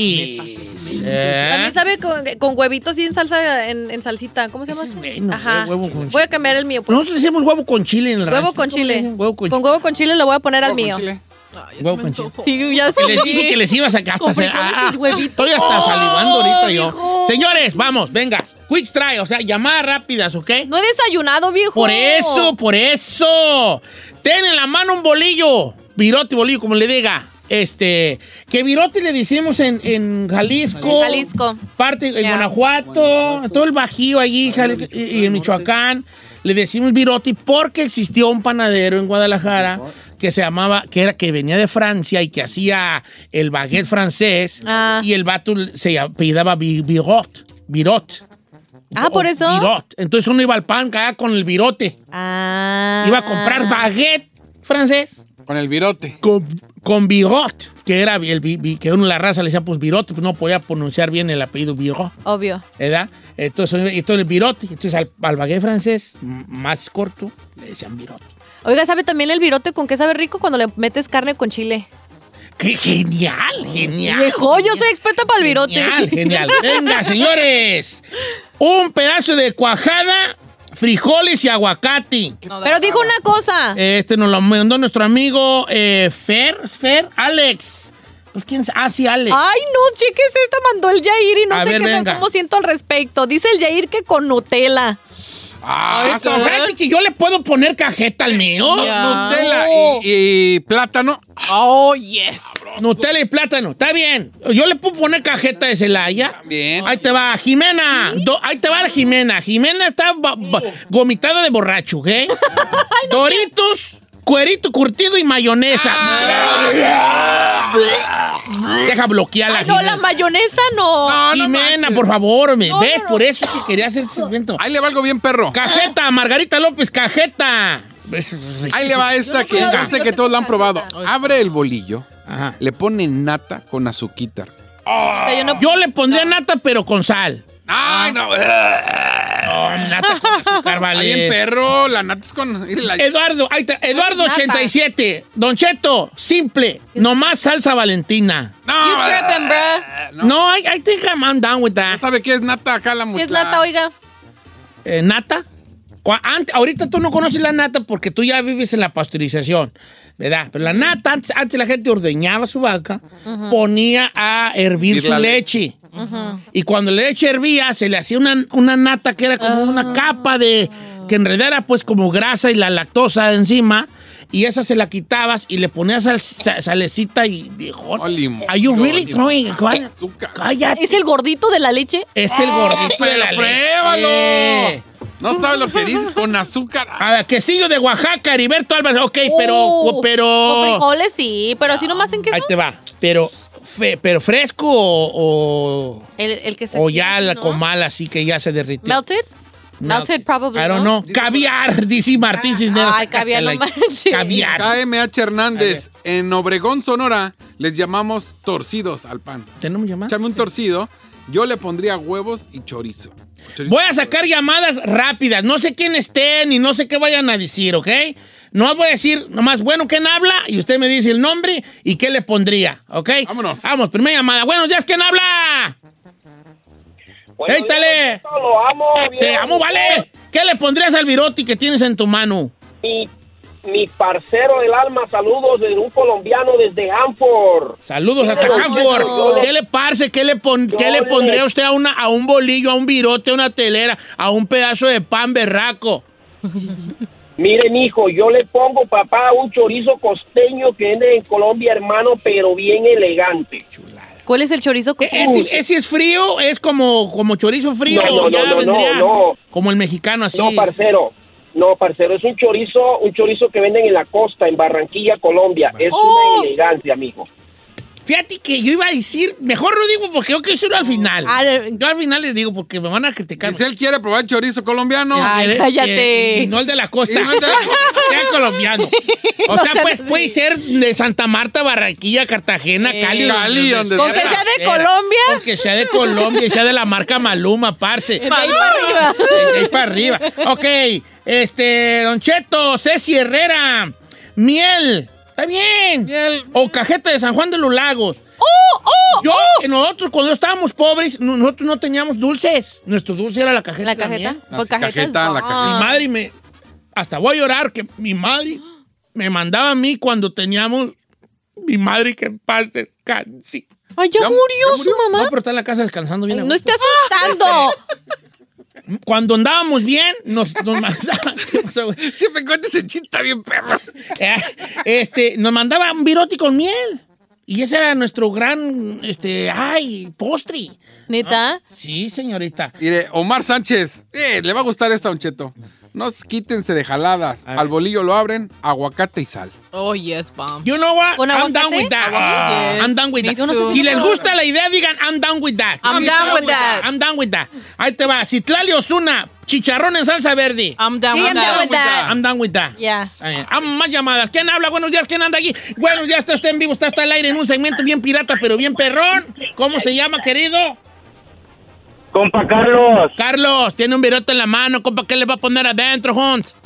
Speaker 3: diferentes. ¿Eh?
Speaker 1: También sabe con, con huevitos y en salsa, en, en salsita. ¿Cómo se llama?
Speaker 3: Ese
Speaker 1: eso?
Speaker 3: es bueno, eh, huevo con
Speaker 1: voy a cambiar el mío. pues.
Speaker 3: Nosotros hacemos huevo con chile en el
Speaker 1: huevo
Speaker 3: rancho.
Speaker 1: con
Speaker 3: ¿Cómo le
Speaker 1: chile.
Speaker 3: dicen? Huevo con
Speaker 1: con huevo con chile lo voy a poner al
Speaker 4: Con
Speaker 1: mío.
Speaker 4: chile.
Speaker 2: Ay,
Speaker 3: Huevo
Speaker 2: me
Speaker 3: con chile.
Speaker 2: antojo.
Speaker 1: Sí, ya sé.
Speaker 3: Y les dije que les iba a sacar hasta
Speaker 1: Con
Speaker 3: se-
Speaker 1: frijoles
Speaker 3: ah,
Speaker 1: y huevitos. Oh,
Speaker 3: Estoy hasta salivando ahorita yo.
Speaker 1: viejo.
Speaker 3: Señores, vamos, venga. Quick try, o sea, llamadas rápidas, ¿ok?
Speaker 1: No he desayunado, viejo.
Speaker 3: Por eso, por eso. Ten en la mano un bolillo. Virote, bolillo, como le diga. Este, que virote le decimos en, en Jalisco.
Speaker 1: En Jalisco.
Speaker 3: Parte, en
Speaker 1: Ya.
Speaker 3: Guanajuato, todo el Bajío allí Jali- y, y en Michoacán. Le decimos virote porque existió un panadero en Guadalajara que se llamaba, que era que venía de Francia y que hacía el baguette francés.
Speaker 1: Ah.
Speaker 3: Y el vato se apellidaba Vi- Virot. Virot.
Speaker 1: Ah,
Speaker 3: O-
Speaker 1: ¿por eso?
Speaker 3: Virot. Entonces uno iba al pan, cagaba con el virote.
Speaker 1: Ah.
Speaker 3: Iba a comprar baguette francés
Speaker 4: Con el virote.
Speaker 3: con, con virot, que era el, vi- vi- que uno la raza le decía pues virot, pues no podía pronunciar bien el apellido virot,
Speaker 1: Obvio.
Speaker 3: ¿verdad? Entonces, y todo el virot, entonces al, al baguette francés m- más corto le decían virot.
Speaker 1: Oiga, ¿sabe también el virote con qué sabe rico cuando le metes carne con chile?
Speaker 3: ¡Qué genial, genial!
Speaker 1: Viejo, yo soy experta para el virote.
Speaker 3: Genial, genial. Venga, señores. Un pedazo de cuajada, frijoles y aguacate.
Speaker 2: No,
Speaker 1: Pero dijo una cosa.
Speaker 3: Este nos lo mandó nuestro amigo eh, Fer, Fer, Alex. Pues quién sa- Ah, sí, Alex.
Speaker 1: Ay, no, cheques esta, mandó el Jair y no
Speaker 3: A
Speaker 1: sé
Speaker 3: ver,
Speaker 1: qué,
Speaker 3: venga.
Speaker 1: cómo siento al respecto. Dice el Jair que con Nutella.
Speaker 4: Ah,
Speaker 2: Ay,
Speaker 4: sí.
Speaker 3: Eso, fíjate que yo le puedo poner cajeta al mío.
Speaker 2: Ya.
Speaker 4: Nutella
Speaker 3: Oh.
Speaker 4: y, y plátano.
Speaker 2: Oh, yes.
Speaker 3: Nutella y plátano. Está bien. Yo le puedo poner cajeta de Celaya.
Speaker 4: Bien.
Speaker 3: Ahí te va, Jimena. Do- ahí te va la Jimena. Jimena está ba- ba- gomitada de borracho, ¿ok? Doritos, cuerito curtido y mayonesa. Deja bloquear la
Speaker 1: Ay, no, la mayonesa no.
Speaker 3: Jimena,
Speaker 4: manches.
Speaker 3: por favor, me
Speaker 1: No,
Speaker 3: ves,
Speaker 1: no, no.
Speaker 3: por eso es que quería hacer ese segmento.
Speaker 4: Ahí le va algo bien perro.
Speaker 3: Cajeta, Margarita López, cajeta. Eso es
Speaker 4: Ahí le
Speaker 3: riquísimo.
Speaker 4: va esta que
Speaker 1: puedo,
Speaker 4: yo
Speaker 1: yo
Speaker 4: sé que
Speaker 1: tengo
Speaker 4: todos la han probado.
Speaker 1: cajeta.
Speaker 4: Abre el bolillo,
Speaker 3: Ajá.
Speaker 4: le pone nata con azuquita.
Speaker 1: Yo no-
Speaker 3: Yo le pondría nata, pero con sal.
Speaker 4: ¡Ay, no!
Speaker 3: No, nata con azúcar, vale.
Speaker 4: Ahí en perro, la nata es con... y la-
Speaker 3: Eduardo, ahí está, Eduardo
Speaker 1: Nata.
Speaker 3: 87. Don Cheto, simple. Nomás salsa valentina.
Speaker 4: No,
Speaker 1: You tripping, bruh.
Speaker 4: eh, no.
Speaker 3: No, I, I think I'm I'm down with
Speaker 4: No
Speaker 3: that.
Speaker 4: sabe qué es nata acá la
Speaker 1: ¿Qué
Speaker 4: muchacha.
Speaker 1: es nata, oiga?
Speaker 3: Eh, nata. Cua- ante- ahorita tú no conoces la nata porque tú ya vives en la pasteurización, ¿verdad? Pero la nata, antes, antes la gente ordeñaba su vaca, ponía a hervir
Speaker 4: Hervir
Speaker 3: su
Speaker 4: la
Speaker 3: leche. Y cuando la leche hervía, se le hacía una, una nata que era como
Speaker 4: Ah.
Speaker 3: una capa de. que en realidad era pues como grasa y la lactosa encima. Y esa se la quitabas y le ponías sal- sa- salecita y. viejo,
Speaker 4: Oli,
Speaker 3: Are you
Speaker 4: mojo,
Speaker 3: really
Speaker 4: oli,
Speaker 3: throwing-
Speaker 4: azúcar. ¡Eh,
Speaker 3: Cállate.
Speaker 1: ¿Es el gordito de la leche?
Speaker 3: Es el gordito de
Speaker 4: pero
Speaker 3: la leche. Eh.
Speaker 4: pruébalo. No sabe lo que dices con azúcar.
Speaker 3: A ver, quesillo de Oaxaca, Heriberto Álvarez. Ok, pero.
Speaker 1: Uh, Con
Speaker 3: pero
Speaker 1: frijoles, sí, pero así nomás en queso.
Speaker 3: ahí te va. Pero, fe- pero fresco o, o,
Speaker 1: El, el que se.
Speaker 3: o ya la
Speaker 1: ¿no?
Speaker 3: comal así que ya se derritió.
Speaker 1: Melted? Melted, probably. Ah,
Speaker 3: I don't know. Caviar, [LAUGHS] dice Martín Cisneros.
Speaker 1: Ay, caviar, no
Speaker 3: Like,
Speaker 1: manches.
Speaker 3: Caviar.
Speaker 4: KMH Hernández, en Obregón, Sonora, les llamamos torcidos al pan.
Speaker 3: ¿Tenemos llamada?
Speaker 4: Échame un torcido, yo le pondría huevos y chorizo. Chorizo.
Speaker 3: Voy a sacar llamadas rápidas. No sé quién estén y no sé qué vayan a decir, ¿ok? No voy a decir nomás, bueno, ¿quién habla? Y usted me dice el nombre y qué le pondría, ¿ok?
Speaker 4: Vámonos.
Speaker 3: Vamos, primera llamada. Buenos días, ¿quién habla?
Speaker 5: Buenos días,
Speaker 3: Échale.
Speaker 5: Don Cheto, Lo amo. bien.
Speaker 3: Te amo, vale. ¿Qué le pondrías al viroti que tienes en tu mano?
Speaker 5: Mi, mi parcero del alma, saludos de un colombiano desde Hanford.
Speaker 3: Saludos hasta
Speaker 5: Don
Speaker 3: Hanford.
Speaker 5: Cheto.
Speaker 3: ¿Qué le parce? ¿Qué le, pon-
Speaker 5: Yo
Speaker 3: qué le
Speaker 5: le-
Speaker 3: pondría usted a, una, a un bolillo, a un virote, a una telera, a un pedazo de pan berraco?
Speaker 8: Miren, hijo, yo le pongo, papá, un chorizo costeño que venden en Colombia, hermano, pero bien elegante.
Speaker 1: ¿Cuál es el chorizo
Speaker 3: Eh, ¿Ese,
Speaker 1: costeño?
Speaker 3: ese es frío? ¿Es como, como chorizo frío?
Speaker 8: No, no,
Speaker 3: ya
Speaker 8: no, no,
Speaker 3: vendría
Speaker 8: no, no.
Speaker 3: Como el mexicano así.
Speaker 8: No, parcero. No, parcero, es un chorizo, un chorizo que venden en la costa, en Barranquilla, Colombia. Es
Speaker 1: Oh.
Speaker 8: una elegancia, amigo.
Speaker 3: Fíjate que yo iba a decir, mejor no digo porque yo quiero decirlo al final.
Speaker 1: Ah, de-
Speaker 3: Yo al final les digo porque me van a criticar.
Speaker 4: Si él quiere probar el chorizo colombiano.
Speaker 1: Ay,
Speaker 3: Eh,
Speaker 1: cállate.
Speaker 3: eh, Y no el de la costa.
Speaker 4: Y no el de la costa.
Speaker 3: [LAUGHS] sea colombiano. O
Speaker 1: No
Speaker 3: sea,
Speaker 1: seas
Speaker 3: pues
Speaker 1: así.
Speaker 3: puede ser de Santa Marta, Barranquilla, Cartagena,
Speaker 1: Eh.
Speaker 3: Cali.
Speaker 4: Cali, donde
Speaker 1: Con que sea de Colombia.
Speaker 3: Con que sea de Colombia y sea de la marca Maluma, parce.
Speaker 1: De ahí para arriba.
Speaker 3: De ahí para arriba. Ok, este, Don Cheto, Ceci Herrera, Miel, está bien.
Speaker 4: Miel.
Speaker 3: O Cajeta de San Juan de los Lagos.
Speaker 1: Oh,
Speaker 3: Yo, eh, nosotros cuando estábamos pobres, no- nosotros no teníamos dulces. Nuestro dulce era la cajeta.
Speaker 1: ¿La
Speaker 3: de miel.
Speaker 1: cajeta?
Speaker 4: No,
Speaker 1: Pues
Speaker 4: sí, cajeta, la cajeta.
Speaker 1: bomb.
Speaker 3: Mi madre me. Hasta voy a llorar que mi madre me mandaba a mí cuando teníamos. Mi madre que en paz descanse.
Speaker 1: Ay, ya,
Speaker 4: ¿Ya-
Speaker 1: murió
Speaker 4: ya murió?
Speaker 1: su mamá.
Speaker 3: No, pero está en la casa descansando bien. a
Speaker 1: Ay, no
Speaker 3: gusto.
Speaker 1: esté asustando.
Speaker 3: Cuando andábamos bien, nos, nos [LAUGHS] mandaba. ¿Qué pasó, güey?
Speaker 4: Siempre cuenta ese chiste bien perro.
Speaker 3: Eh, este, nos mandaba un virote con miel. Y ese era nuestro gran, este, ay, postre.
Speaker 1: Neta.
Speaker 3: Sí, señorita.
Speaker 4: Mire, Omar Sánchez, eh, le va a gustar esta, Don Cheto. No se- quítense de jaladas.
Speaker 3: ver.
Speaker 4: Al bolillo lo abren, aguacate y sal.
Speaker 2: Oh, yes, bomb.
Speaker 3: You know what?
Speaker 1: ¿Con
Speaker 3: I'm
Speaker 1: aguacate?
Speaker 3: down with that. Ah.
Speaker 2: Aguacate.
Speaker 3: I'm down with
Speaker 2: Me
Speaker 3: that.
Speaker 2: Yo no sé
Speaker 3: Si
Speaker 2: si-
Speaker 3: les gusta la idea, digan, I'm down with that.
Speaker 2: I'm down with that.
Speaker 3: I'm down with that. Ahí te va. Citlali Osuna, chicharrón en salsa verde.
Speaker 2: I'm down
Speaker 1: Sí,
Speaker 2: with
Speaker 1: I'm
Speaker 2: that.
Speaker 1: down with that.
Speaker 3: I'm down with that.
Speaker 1: Yeah.
Speaker 3: Está bien. Ah, más llamadas. ¿Quién habla? Buenos días. ¿Quién anda aquí? Bueno, ya está usted en vivo. Está usted al aire en un segmento bien pirata, pero bien perrón. ¿Cómo se llama, querido?
Speaker 5: Compa Carlos,
Speaker 3: Carlos, tiene un virote en la mano, compa, ¿qué le va a poner adentro, Jones?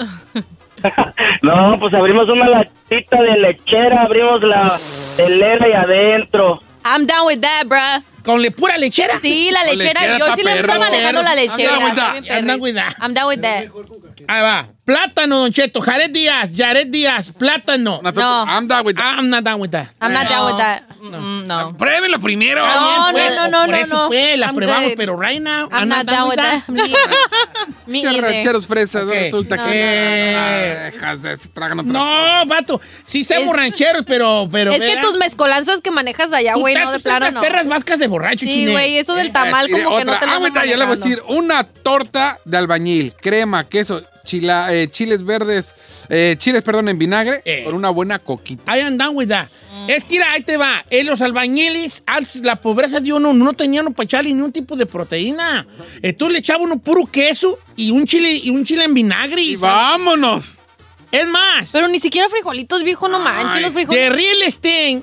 Speaker 5: no, pues abrimos una latita de lechera, abrimos la telera y adentro.
Speaker 1: I'm down with that, bruh.
Speaker 3: Con le pura lechera.
Speaker 1: Sí, la
Speaker 4: Con
Speaker 1: lechera.
Speaker 4: lechera
Speaker 1: Yo
Speaker 4: está
Speaker 1: sí le ando
Speaker 4: perro.
Speaker 1: manejando la lechera.
Speaker 4: I'm down with
Speaker 1: está
Speaker 4: that.
Speaker 1: bien
Speaker 3: I'm down with
Speaker 1: perris.
Speaker 3: that.
Speaker 1: I'm down with that.
Speaker 3: Ahí va. Plátano, Don Cheto. Jared Díaz, Jared Díaz, plátano. Ah,
Speaker 4: Una torta- I'm down with that.
Speaker 3: I'm not down with that.
Speaker 1: I'm not down with that.
Speaker 2: Mm, no.
Speaker 4: Pruébenlo primero.
Speaker 1: No,
Speaker 3: Está bien,
Speaker 1: no, no,
Speaker 3: por
Speaker 1: no,
Speaker 3: eso,
Speaker 1: no.
Speaker 3: pues, la
Speaker 1: I'm
Speaker 3: probamos,
Speaker 1: good.
Speaker 3: pero right now,
Speaker 1: I'm not down with that. Me either.
Speaker 4: [LAUGHS]
Speaker 1: Me
Speaker 4: Pinches
Speaker 1: either.
Speaker 4: rancheros fresas,
Speaker 3: Ok.
Speaker 4: resulta
Speaker 1: No,
Speaker 4: que.
Speaker 3: no, no, no.
Speaker 4: Ay, Dejas de tragan otras
Speaker 3: No,
Speaker 4: cosas.
Speaker 3: vato. Sí somos
Speaker 1: Es-
Speaker 3: rancheros, pero... pero
Speaker 1: Es que
Speaker 3: ¿verdad?
Speaker 1: tus mezcolanzas que manejas allá,
Speaker 3: Tú
Speaker 1: güey,
Speaker 3: estás-
Speaker 1: no,
Speaker 3: tú
Speaker 1: de
Speaker 3: estás
Speaker 1: plano
Speaker 3: unas
Speaker 1: no.
Speaker 3: perras vascas de borracho,
Speaker 1: Sí,
Speaker 3: chine.
Speaker 1: güey, eso del tamal
Speaker 4: Mire,
Speaker 1: como que no
Speaker 4: otra.
Speaker 1: te lo
Speaker 4: Ah,
Speaker 1: andas
Speaker 4: ahorita ya le voy a decir
Speaker 1: manejando.
Speaker 4: una torta de albañil, crema, queso, chila- eh, chiles verdes, eh, chiles, perdón, en vinagre,
Speaker 3: Eh.
Speaker 4: con una buena coquita.
Speaker 3: I am down with that. Es que mira, ahí te va. En los albañiles, antes la pobreza de uno, no tenían para echarle ni un tipo de proteína. Entonces le echaba uno puro queso y un chile, y un chile en vinagre. Y
Speaker 4: Y vámonos.
Speaker 3: Es más,
Speaker 1: Pero ni siquiera frijolitos, viejo, no manches, los
Speaker 3: the
Speaker 1: frijoles.
Speaker 3: real estate,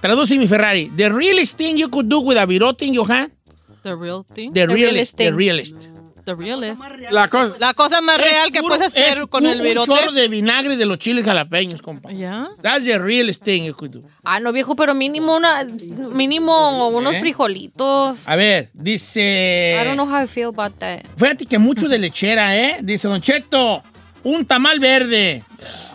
Speaker 3: traduce mi Ferrari, the realest thing you could do with a virote in your hand,
Speaker 2: The real thing.
Speaker 3: the, realest,
Speaker 1: thing.
Speaker 3: the realest.
Speaker 2: The realist.
Speaker 4: La cosa.
Speaker 2: La cosa más real que
Speaker 3: Puro-
Speaker 2: puedes hacer
Speaker 3: es
Speaker 2: con el
Speaker 3: un chorro
Speaker 2: virote.
Speaker 3: de vinagre de los chiles jalapeños, compa.
Speaker 2: ¿Ya?
Speaker 3: That's the realest thing you could do.
Speaker 1: Ah, no, viejo, pero mínimo una, mínimo unos
Speaker 3: ¿Eh?
Speaker 1: frijolitos.
Speaker 3: A ver, dice...
Speaker 1: I don't know how I feel about that.
Speaker 3: Fíjate que mucho de lechera, ¿eh? Dice Don Cheto, un tamal verde.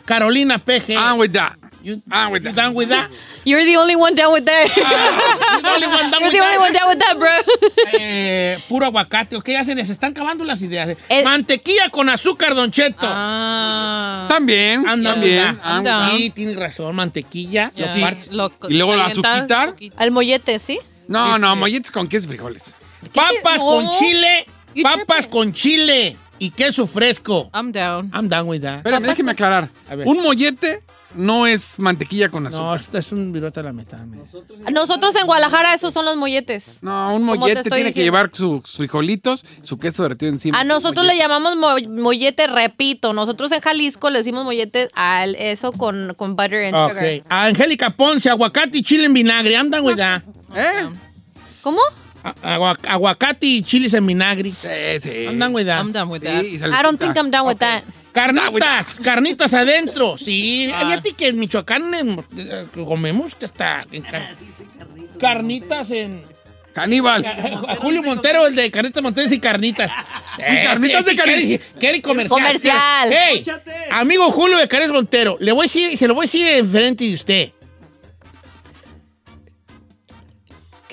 Speaker 3: Carolina PG.
Speaker 4: I'm with that.
Speaker 3: You-
Speaker 4: I'm with
Speaker 3: you
Speaker 4: that.
Speaker 3: down with
Speaker 2: [LAUGHS]
Speaker 3: that?
Speaker 1: You're the only one down with that. [LAUGHS]
Speaker 3: You the only one Ah, down with
Speaker 1: You're the only one
Speaker 3: that?
Speaker 1: down with that, bro.
Speaker 3: Eh, puro aguacate. ¿Qué hacen? Se están acabando las ideas. eh.
Speaker 1: El-
Speaker 3: Mantequilla con azúcar, Don Cheto.
Speaker 2: Ah.
Speaker 4: También.
Speaker 3: I'm down with
Speaker 4: también. ah,
Speaker 3: that.
Speaker 2: I'm down.
Speaker 3: Sí, tienes razón, mantequilla.
Speaker 2: Ya.
Speaker 3: Los partes.
Speaker 2: Lo
Speaker 4: Y luego la
Speaker 2: calientas
Speaker 4: azuquitar.
Speaker 2: poquito.
Speaker 1: Al mollete, ¿sí?
Speaker 4: No, no, molletes con queso y frijoles.
Speaker 3: Papas
Speaker 1: No.
Speaker 3: con chile.
Speaker 1: You
Speaker 3: Papas
Speaker 1: tripping.
Speaker 3: con chile. Y queso fresco.
Speaker 2: I'm down.
Speaker 4: Ah,
Speaker 3: I'm down with that.
Speaker 4: Espérame, déjeme aclarar.
Speaker 3: A ver.
Speaker 4: Un mollete no es mantequilla con
Speaker 3: No,
Speaker 4: azúcar.
Speaker 3: esto es un virote a la mitad. man.
Speaker 1: Nosotros en Guadalajara esos son los molletes.
Speaker 4: No, un
Speaker 1: te
Speaker 4: mollete
Speaker 1: estoy
Speaker 4: tiene que
Speaker 1: diciendo?
Speaker 4: llevar su- sus frijolitos, su queso derretido encima.
Speaker 1: A nosotros le
Speaker 4: Mollete.
Speaker 1: llamamos mo- mollete, repito. Nosotros en Jalisco le decimos mollete al eso con, con butter and
Speaker 3: Ok.
Speaker 1: sugar.
Speaker 3: Angélica Ponce, aguacate y chile en vinagre. I'm down with that.
Speaker 4: ¿Eh?
Speaker 1: ¿Cómo?
Speaker 3: A- agua- aguacate y chiles en vinagre.
Speaker 4: Sí, sí.
Speaker 3: Andan, güey. da.
Speaker 2: I'm down with
Speaker 4: Sí,
Speaker 2: that.
Speaker 4: y
Speaker 1: I don't
Speaker 4: salsita.
Speaker 1: think I'm down with that.
Speaker 3: Carnitas, carnitas adentro. Sí, fíjate que en Michoacán em, eh, comemos que hasta en car- carnitas en.
Speaker 4: Caníbal.
Speaker 3: [LAUGHS] Julio Montero, el de Carnitas Montero, y carnitas.
Speaker 4: [LAUGHS] Y carnitas
Speaker 3: [LAUGHS]
Speaker 4: de
Speaker 3: carnitas. Quiere comercial.
Speaker 1: Comercial.
Speaker 3: Hey, amigo Julio de Carnitas Montero, le voy a decir, se lo voy a decir enfrente de usted.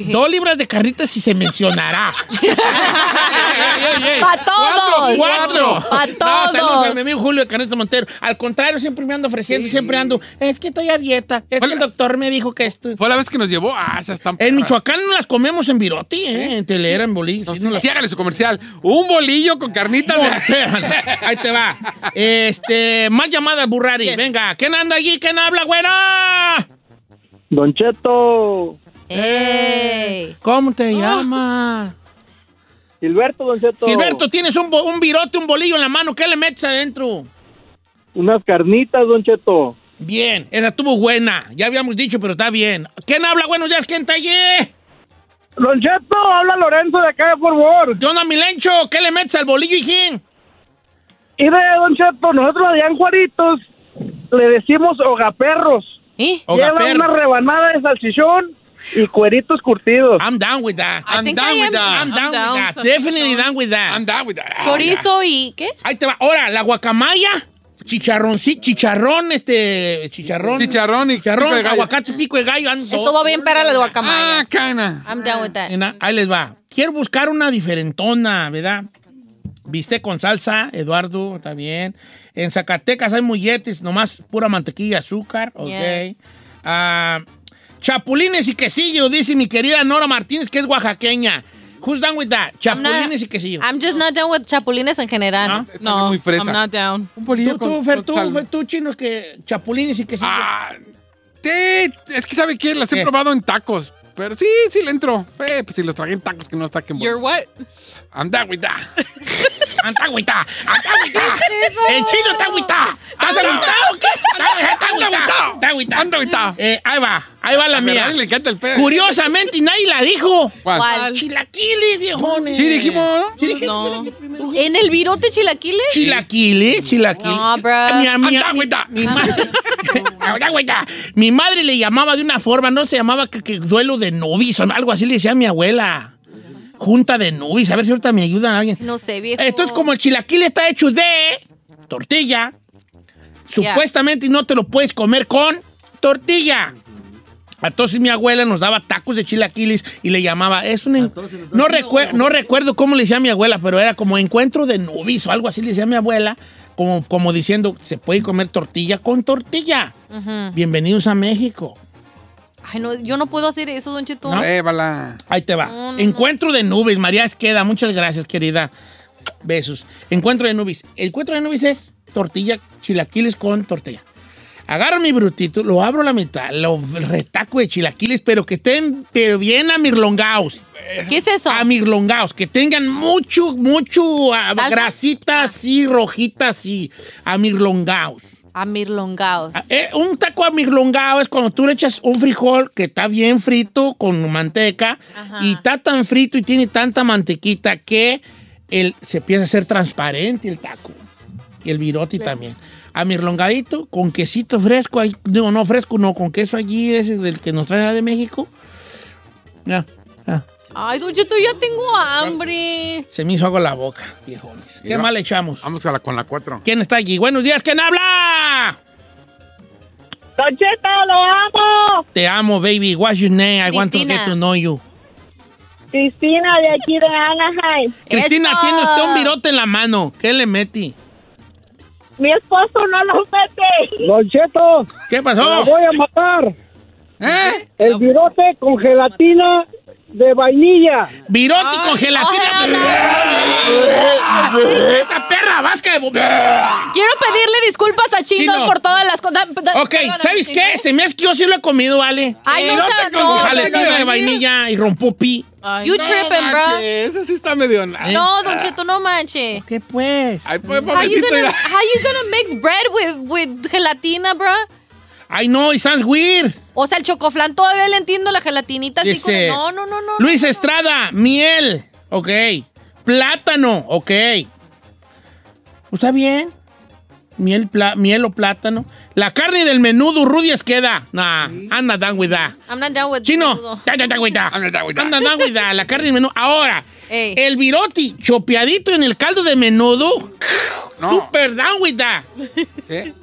Speaker 3: Dos libras de carnitas si se
Speaker 1: [LAUGHS]
Speaker 3: mencionará.
Speaker 1: Pa' todos.
Speaker 3: ¡Cuatro!
Speaker 1: Pa'
Speaker 3: No, saludos a
Speaker 1: todos.
Speaker 3: mi amigo Julio de Carnitas Montero. Al contrario, siempre me ando ofreciendo, siempre ando. Es que estoy a dieta. Es que el doctor me dijo que esto.
Speaker 4: Fue la vez que nos llevó. Ah, esas están
Speaker 3: En
Speaker 4: perras.
Speaker 3: Michoacán no las comemos en Viroti, ¿eh? En Telera, en Bolí.
Speaker 4: No,
Speaker 3: sí,
Speaker 4: sí,
Speaker 3: no las-
Speaker 4: sí, hágale su comercial. Un bolillo con carnitas. de-
Speaker 3: [LAUGHS] Ahí te va. Este, más llamadas, Burrari. Venga, ¿quién anda allí? ¿Quién habla, güera?
Speaker 5: Don Cheto,
Speaker 1: ¡Ey!
Speaker 3: ¿Cómo te llamas?
Speaker 5: Gilberto, Don Cheto.
Speaker 3: Gilberto, tienes un, bo- un virote, un bolillo en la mano. ¿Qué le metes adentro?
Speaker 5: Unas carnitas, Don Cheto.
Speaker 3: Bien, esa estuvo buena. Ya habíamos dicho, pero está bien. ¿Quién habla? Bueno, ya es quien está allí.
Speaker 5: Don Cheto, habla Lorenzo de acá de Fort Worth.
Speaker 3: ¿Qué onda, Milencho? ¿Qué le metes al bolillo, hijín?
Speaker 5: Y de Don Cheto, nosotros allá en Juaritos le decimos hogaperros.
Speaker 1: ¿Y?
Speaker 5: Lleva
Speaker 3: Hogaperro.
Speaker 5: una rebanada de salchichón y cueritos curtidos.
Speaker 3: I'm down with that.
Speaker 1: I
Speaker 4: I'm
Speaker 1: think
Speaker 4: down
Speaker 1: I
Speaker 4: with
Speaker 1: am-
Speaker 4: that.
Speaker 3: I'm down,
Speaker 2: I'm down,
Speaker 3: with that.
Speaker 2: salchichón.
Speaker 3: Definitely down with that.
Speaker 4: I'm down with that. Ah,
Speaker 1: Chorizo y ¿qué?
Speaker 3: Ahí te va. Ahora, la guacamaya, chicharrón, sí, chicharrón, este, chicharrón.
Speaker 4: Chicharrón y
Speaker 3: Chicharrón,
Speaker 4: pico de gallo.
Speaker 3: aguacate, pico de gallo. ando-
Speaker 1: Estuvo bien para la
Speaker 4: ya. Ah,
Speaker 1: guacamaya.
Speaker 4: cana.
Speaker 1: I'm down with that.
Speaker 3: Nena, Ahí les va. Quiero buscar una diferentona, ¿verdad? Viste con salsa, Eduardo, está bien. En Zacatecas hay molletes, nomás pura mantequilla, y azúcar, ok.
Speaker 1: Yes.
Speaker 3: Ah, chapulines y quesillo, dice mi querida Nora Martínez, que es oaxaqueña. Who's done with that?
Speaker 1: I'm not-
Speaker 3: Chapulines y quesillo.
Speaker 1: I'm just not done with chapulines en general.
Speaker 3: ¿No?
Speaker 4: Está
Speaker 2: No,
Speaker 4: muy fresa.
Speaker 2: I'm not down.
Speaker 4: Un bolillo
Speaker 3: Tú,
Speaker 4: con
Speaker 3: tú, Fer,
Speaker 4: con
Speaker 3: tú,
Speaker 4: sal.
Speaker 3: Fer, tú, chino, que chapulines y quesillo.
Speaker 4: Ah, te- es que sabe que las
Speaker 3: ¿Qué?
Speaker 4: he probado en tacos. Pero sí, sí le entro. Eh, pues si los tragué en tacos, que no está que
Speaker 2: You're what?
Speaker 4: Anda, güey, da.
Speaker 3: Antagüita, antagüita. El chino está agüita. ¿Estás agüitado o qué? Está agüitado. Está agüitado.
Speaker 4: Anda, güey, da.
Speaker 3: Eh, ahí va, ahí va la
Speaker 4: Mira,
Speaker 3: mía.
Speaker 4: le encanta el pedo.
Speaker 3: Curiosamente, y nadie la dijo.
Speaker 4: ¿Cuál?
Speaker 1: ¿Cuál?
Speaker 3: Chilaquiles, viejones.
Speaker 4: Sí, dijimos, ¿no?
Speaker 3: Sí, dijimos,
Speaker 2: No.
Speaker 3: chilaquiles primero.
Speaker 1: ¿En el virote chilaquiles?
Speaker 3: Chilaquiles, chilaquiles.
Speaker 1: No, bro.
Speaker 3: Mi, a- mi, a-
Speaker 4: Anda,
Speaker 3: mi,
Speaker 4: güita.
Speaker 3: mi
Speaker 4: [LAUGHS]
Speaker 3: madre. Anda, güita. Mi madre le llamaba de una forma, no se llamaba que, que duelo de nubis, o algo así le decía a mi abuela. Junta de nubis, a ver si ahorita me ayudan alguien.
Speaker 1: No sé, viejo.
Speaker 3: Entonces, como el chilaquil está hecho de tortilla, supuestamente no te lo puedes comer con tortilla. Entonces mi abuela nos daba tacos de chilaquiles y le llamaba, es un... en- No, recue- no recuerdo cómo le decía a mi abuela, pero era como encuentro de nubis o algo así le decía a mi abuela, como, como diciendo, se puede comer tortilla con tortilla.
Speaker 1: Ujú.
Speaker 3: Bienvenidos a México.
Speaker 1: Ay, no, yo no puedo hacer eso, Don Cheto.
Speaker 3: ¿No?
Speaker 4: Eh, Pruébala.
Speaker 3: Ahí te va.
Speaker 1: No, no,
Speaker 3: Encuentro de nubes, María Esqueda, muchas gracias, querida. Besos. Encuentro de nubes. El encuentro de nubes es tortilla, chilaquiles con tortilla. Agarro mi brutito, lo abro a la mitad, lo retaco de chilaquiles, pero que estén pero bien amirlongaos.
Speaker 1: ¿Qué es eso?
Speaker 3: Amirlongaos, que tengan mucho, mucho ah,
Speaker 1: ¿Salsa?
Speaker 3: grasita así, rojita así, amirlongaos.
Speaker 1: Amirlongaos.
Speaker 3: Ah, eh, un taco amirlongado es cuando tú le echas un frijol que está bien frito con manteca
Speaker 1: Ajá.
Speaker 3: y está tan frito y tiene tanta mantequita que el, se empieza a ser transparente el taco y el viroti también. Amirlongadito con quesito fresco, ahí- digo, no fresco, no, con queso allí, ese del que nos traen allá de México. Ya, ya,
Speaker 1: Ay, Don Cheto, ya tengo hambre.
Speaker 3: se me hizo agua la boca, viejones. ¿Qué
Speaker 4: Mira.
Speaker 3: mal echamos?
Speaker 4: Vamos a la, con la cuatro.
Speaker 3: ¿Quién está allí? Buenos días, ¿quién habla?
Speaker 6: Don Cheto, lo amo.
Speaker 3: Te amo, baby. What's your name? I want to
Speaker 1: Cristina.
Speaker 3: get to know you.
Speaker 6: Cristina de aquí de Anaheim.
Speaker 3: Cristina,
Speaker 1: ¡Eso!
Speaker 3: tiene usted un virote en la mano. ¿Qué le metí?
Speaker 6: Mi esposo no lo mete.
Speaker 5: Don Cheto,
Speaker 3: ¿Qué
Speaker 5: la
Speaker 3: pasó?
Speaker 5: voy a matar.
Speaker 4: ¿Eh?
Speaker 5: El virote con gelatina de vainilla.
Speaker 3: Virote con gelatina.
Speaker 1: Ay,
Speaker 3: Esa perra vasca de... bu-
Speaker 1: Quiero pedirle disculpas a Chino,
Speaker 3: Chino.
Speaker 1: por todas las cosas.
Speaker 3: Ok, ¿sabes qué? Se me hace que yo sí lo he comido, ¿vale?
Speaker 1: ¿eh? Ay, no,
Speaker 3: Virote
Speaker 1: sea-
Speaker 3: con
Speaker 1: no,
Speaker 3: gelatina de vainilla y rompo pi.
Speaker 2: Ay,
Speaker 1: You
Speaker 2: no.
Speaker 1: tripping, bro.
Speaker 4: Eso sí está medio... na-
Speaker 1: No, Don Cheto, no manche.
Speaker 3: ¿Qué pues?
Speaker 4: Ay, pues,
Speaker 1: How you
Speaker 4: pobrecito,
Speaker 1: gonna,
Speaker 4: mira.
Speaker 1: [LAUGHS] how you gonna mix bread with, with gelatina, bro?
Speaker 3: Ay, no, y sounds weird.
Speaker 1: O sea, el chocoflán todavía le entiendo la gelatinita así como...
Speaker 3: Dice,
Speaker 1: No, no, no, no.
Speaker 3: Luis
Speaker 1: no.
Speaker 3: Estrada, miel. Ok. Plátano. Ok. Pues ¿Está bien? Miel, pla- miel o plátano. La carne del menudo, Rudy queda. Nah, anda, dan with that.
Speaker 1: I'm not down with
Speaker 3: Chino,
Speaker 1: menudo.
Speaker 3: da, da, da, güey, da.
Speaker 4: Anda, da, güey, da.
Speaker 3: Anda, da, güey, da, la carne de menudo. Ahora,
Speaker 1: Ey.
Speaker 3: el viroti chopeadito en el caldo de menudo,
Speaker 4: No.
Speaker 3: super down with that.
Speaker 4: ¿Eh?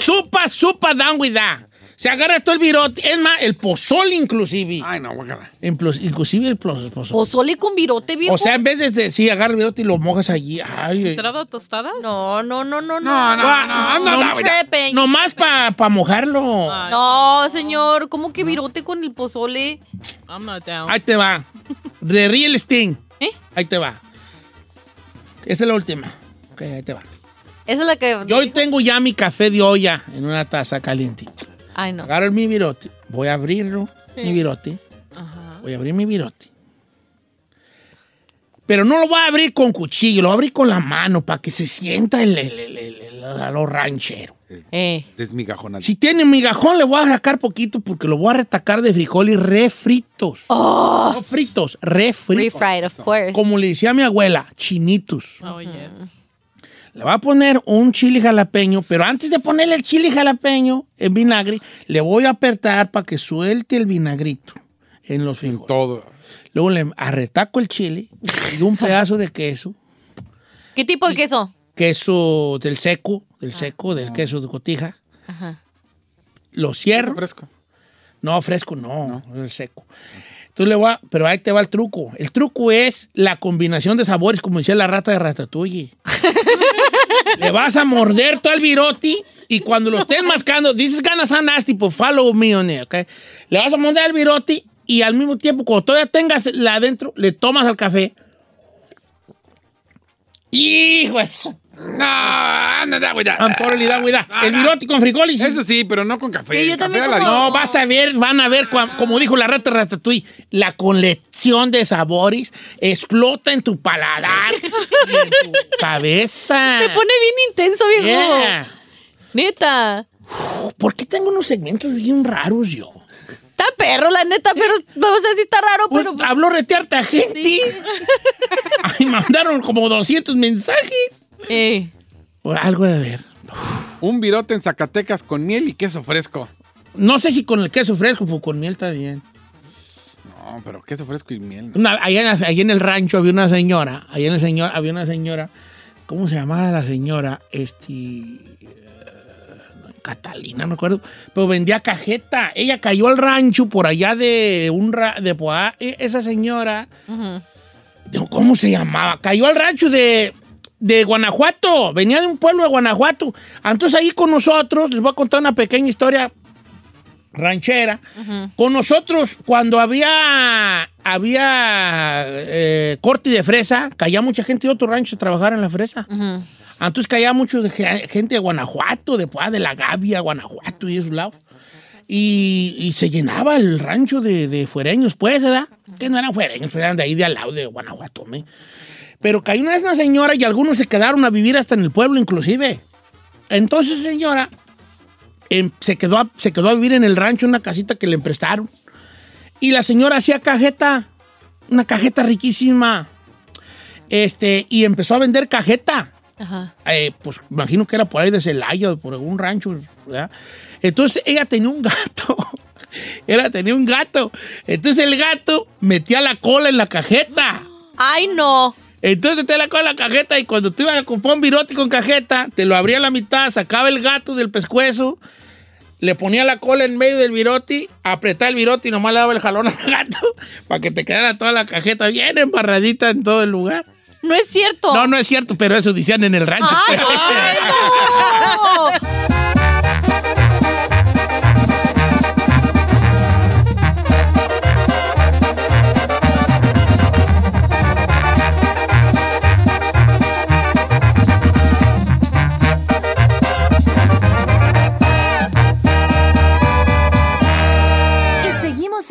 Speaker 3: Supa, supa down with that. Se agarra todo el virote. Es más, el pozol inclusive.
Speaker 4: Ay, no, guacala.
Speaker 3: En plus- inclusive el plos- pozol.
Speaker 1: Pozole con virote, viejo.
Speaker 3: O sea, en vez de decir, agarra el virote y lo mojas allí. Ay, eh.
Speaker 2: ¿Entrada tostadas?
Speaker 1: no, no, no, Ah, no, no.
Speaker 4: No, no, no, no, no,
Speaker 1: Don't
Speaker 4: no,
Speaker 1: trip, eh.
Speaker 3: Nomás para mojarlo.
Speaker 2: Ay,
Speaker 1: No, señor, ¿cómo que virote con el pozole?
Speaker 2: I'm not down.
Speaker 3: Ahí te va. The Real Sting.
Speaker 1: ¿Eh?
Speaker 3: Ahí te va. Esta es la última. Ok, ahí te va.
Speaker 1: Esa es la que.
Speaker 3: Yo hoy tengo ya mi café de olla en una taza calientita.
Speaker 1: Ay, no.
Speaker 3: Agarro mi virote. Voy a abrirlo. Mi virote.
Speaker 2: Ajá.
Speaker 3: Voy a abrir mi virote. Pero no lo voy a abrir con cuchillo, lo voy a abrir con la mano para que se sienta el, el, el- el- el- lo ranchero.
Speaker 1: Eh.
Speaker 4: Desmigajonada.
Speaker 3: Si tiene migajón, le voy a sacar poquito porque lo voy a retacar de frijoles refritos. No fritos, refritos.
Speaker 1: Refried, of course.
Speaker 3: Como le decía mi abuela, chinitos.
Speaker 2: Oh, yes.
Speaker 3: Le va a poner un chile jalapeño, pero antes de ponerle el chile jalapeño en vinagre, le voy a apretar para que suelte el vinagrito en los frijoles.
Speaker 4: Todo.
Speaker 3: Luego le arretaco el chile y un pedazo de queso,
Speaker 1: ¿Qué tipo de queso?
Speaker 3: queso del seco, del seco, del queso de cotija.
Speaker 1: Ajá.
Speaker 3: Lo cierro.
Speaker 4: Fresco.
Speaker 3: No, fresco, no, el seco. Tú le voy a- pero ahí te va el truco. El truco es la combinación de sabores, como decía la rata de Ratatouille. le vas a morder todo el viroti y cuando lo estés mascando, dices ganas a nasty, pues follow me on it, ¿ok? Le vas a morder el viroti y al mismo tiempo, cuando todavía tengas la adentro, le tomas al café. ¡Hijo de su-
Speaker 4: No, anda, güey.
Speaker 3: I'm totally done with that. El viroti con frijoles.
Speaker 4: Eso sí, pero no con café.
Speaker 1: Sí, yo
Speaker 4: El café
Speaker 1: también
Speaker 4: a la
Speaker 1: como-
Speaker 4: dieta.
Speaker 3: No, vas a ver, van a ver, cua- como dijo la rata Ratatouille, la colección de sabores explota en tu paladar y en tu cabeza.
Speaker 1: Te pone bien intenso, viejo.
Speaker 3: Yeah.
Speaker 1: Neta.
Speaker 3: ¿Por qué tengo unos segmentos bien raros yo?
Speaker 1: Está perro, la neta, pero vamos a decir está raro,
Speaker 3: Pues,
Speaker 1: pero.
Speaker 3: Hablo retearte a gente.
Speaker 1: Sí.
Speaker 3: [LAUGHS] Ay, mandaron como 200 mensajes.
Speaker 1: Eh.
Speaker 3: Por algo de ver.
Speaker 4: Un virote en Zacatecas con miel y queso fresco.
Speaker 3: No sé si con el queso fresco, pues con miel está bien.
Speaker 4: No, pero queso fresco y miel. no.
Speaker 3: Una- allá, en, la- allá en el rancho había una señora, allá en el señor, había una señora, ¿cómo se llamaba la señora? Este, eh, Catalina, no me acuerdo, pero vendía cajeta. Ella cayó al rancho por allá de un ra- de Poá. E- Esa señora, digo, ¿cómo se llamaba? Cayó al rancho de, de Guanajuato, venía de un pueblo de Guanajuato. Entonces ahí con nosotros, les voy a contar una pequeña historia ranchera. Con nosotros, cuando había, había eh, corte de fresa, caía mucha gente de otro rancho a trabajar en la fresa. Antes caía mucho de ge- gente de Guanajuato, de, Poá, de la Gavia, Guanajuato y esos lados. Y, y se llenaba el rancho de, de fuereños, pues, ¿verdad? Que no eran fuereños, eran de ahí de al lado de Guanajuato, ¿me? Pero cayó una vez una señora y algunos se quedaron a vivir hasta en el pueblo, inclusive. Entonces, señora, em, se, quedó a, se quedó a vivir en el rancho una casita que le prestaron. Y la señora hacía cajeta, una cajeta riquísima. Este, y empezó a vender cajeta.
Speaker 1: Ajá.
Speaker 3: Eh, pues imagino que era por ahí de Celaya, por algún rancho, ¿verdad? Entonces ella tenía un gato. [LAUGHS] Era, tenía un gato. Entonces el gato metía la cola en la cajeta.
Speaker 1: Ay, no.
Speaker 3: Entonces te la con la cajeta y cuando tú ibas a comprar un virote con cajeta, te lo abría a la mitad, sacaba el gato del pescuezo, le ponía la cola en medio del virote, apretaba el virote y nomás le daba el jalón al [LAUGHS] gato para que te quedara toda la cajeta bien embarradita en todo el lugar.
Speaker 1: No es cierto.
Speaker 3: No, no es cierto, pero eso decían en el rancho.
Speaker 1: Ay,
Speaker 3: [LAUGHS]
Speaker 1: ay, no.
Speaker 7: Y seguimos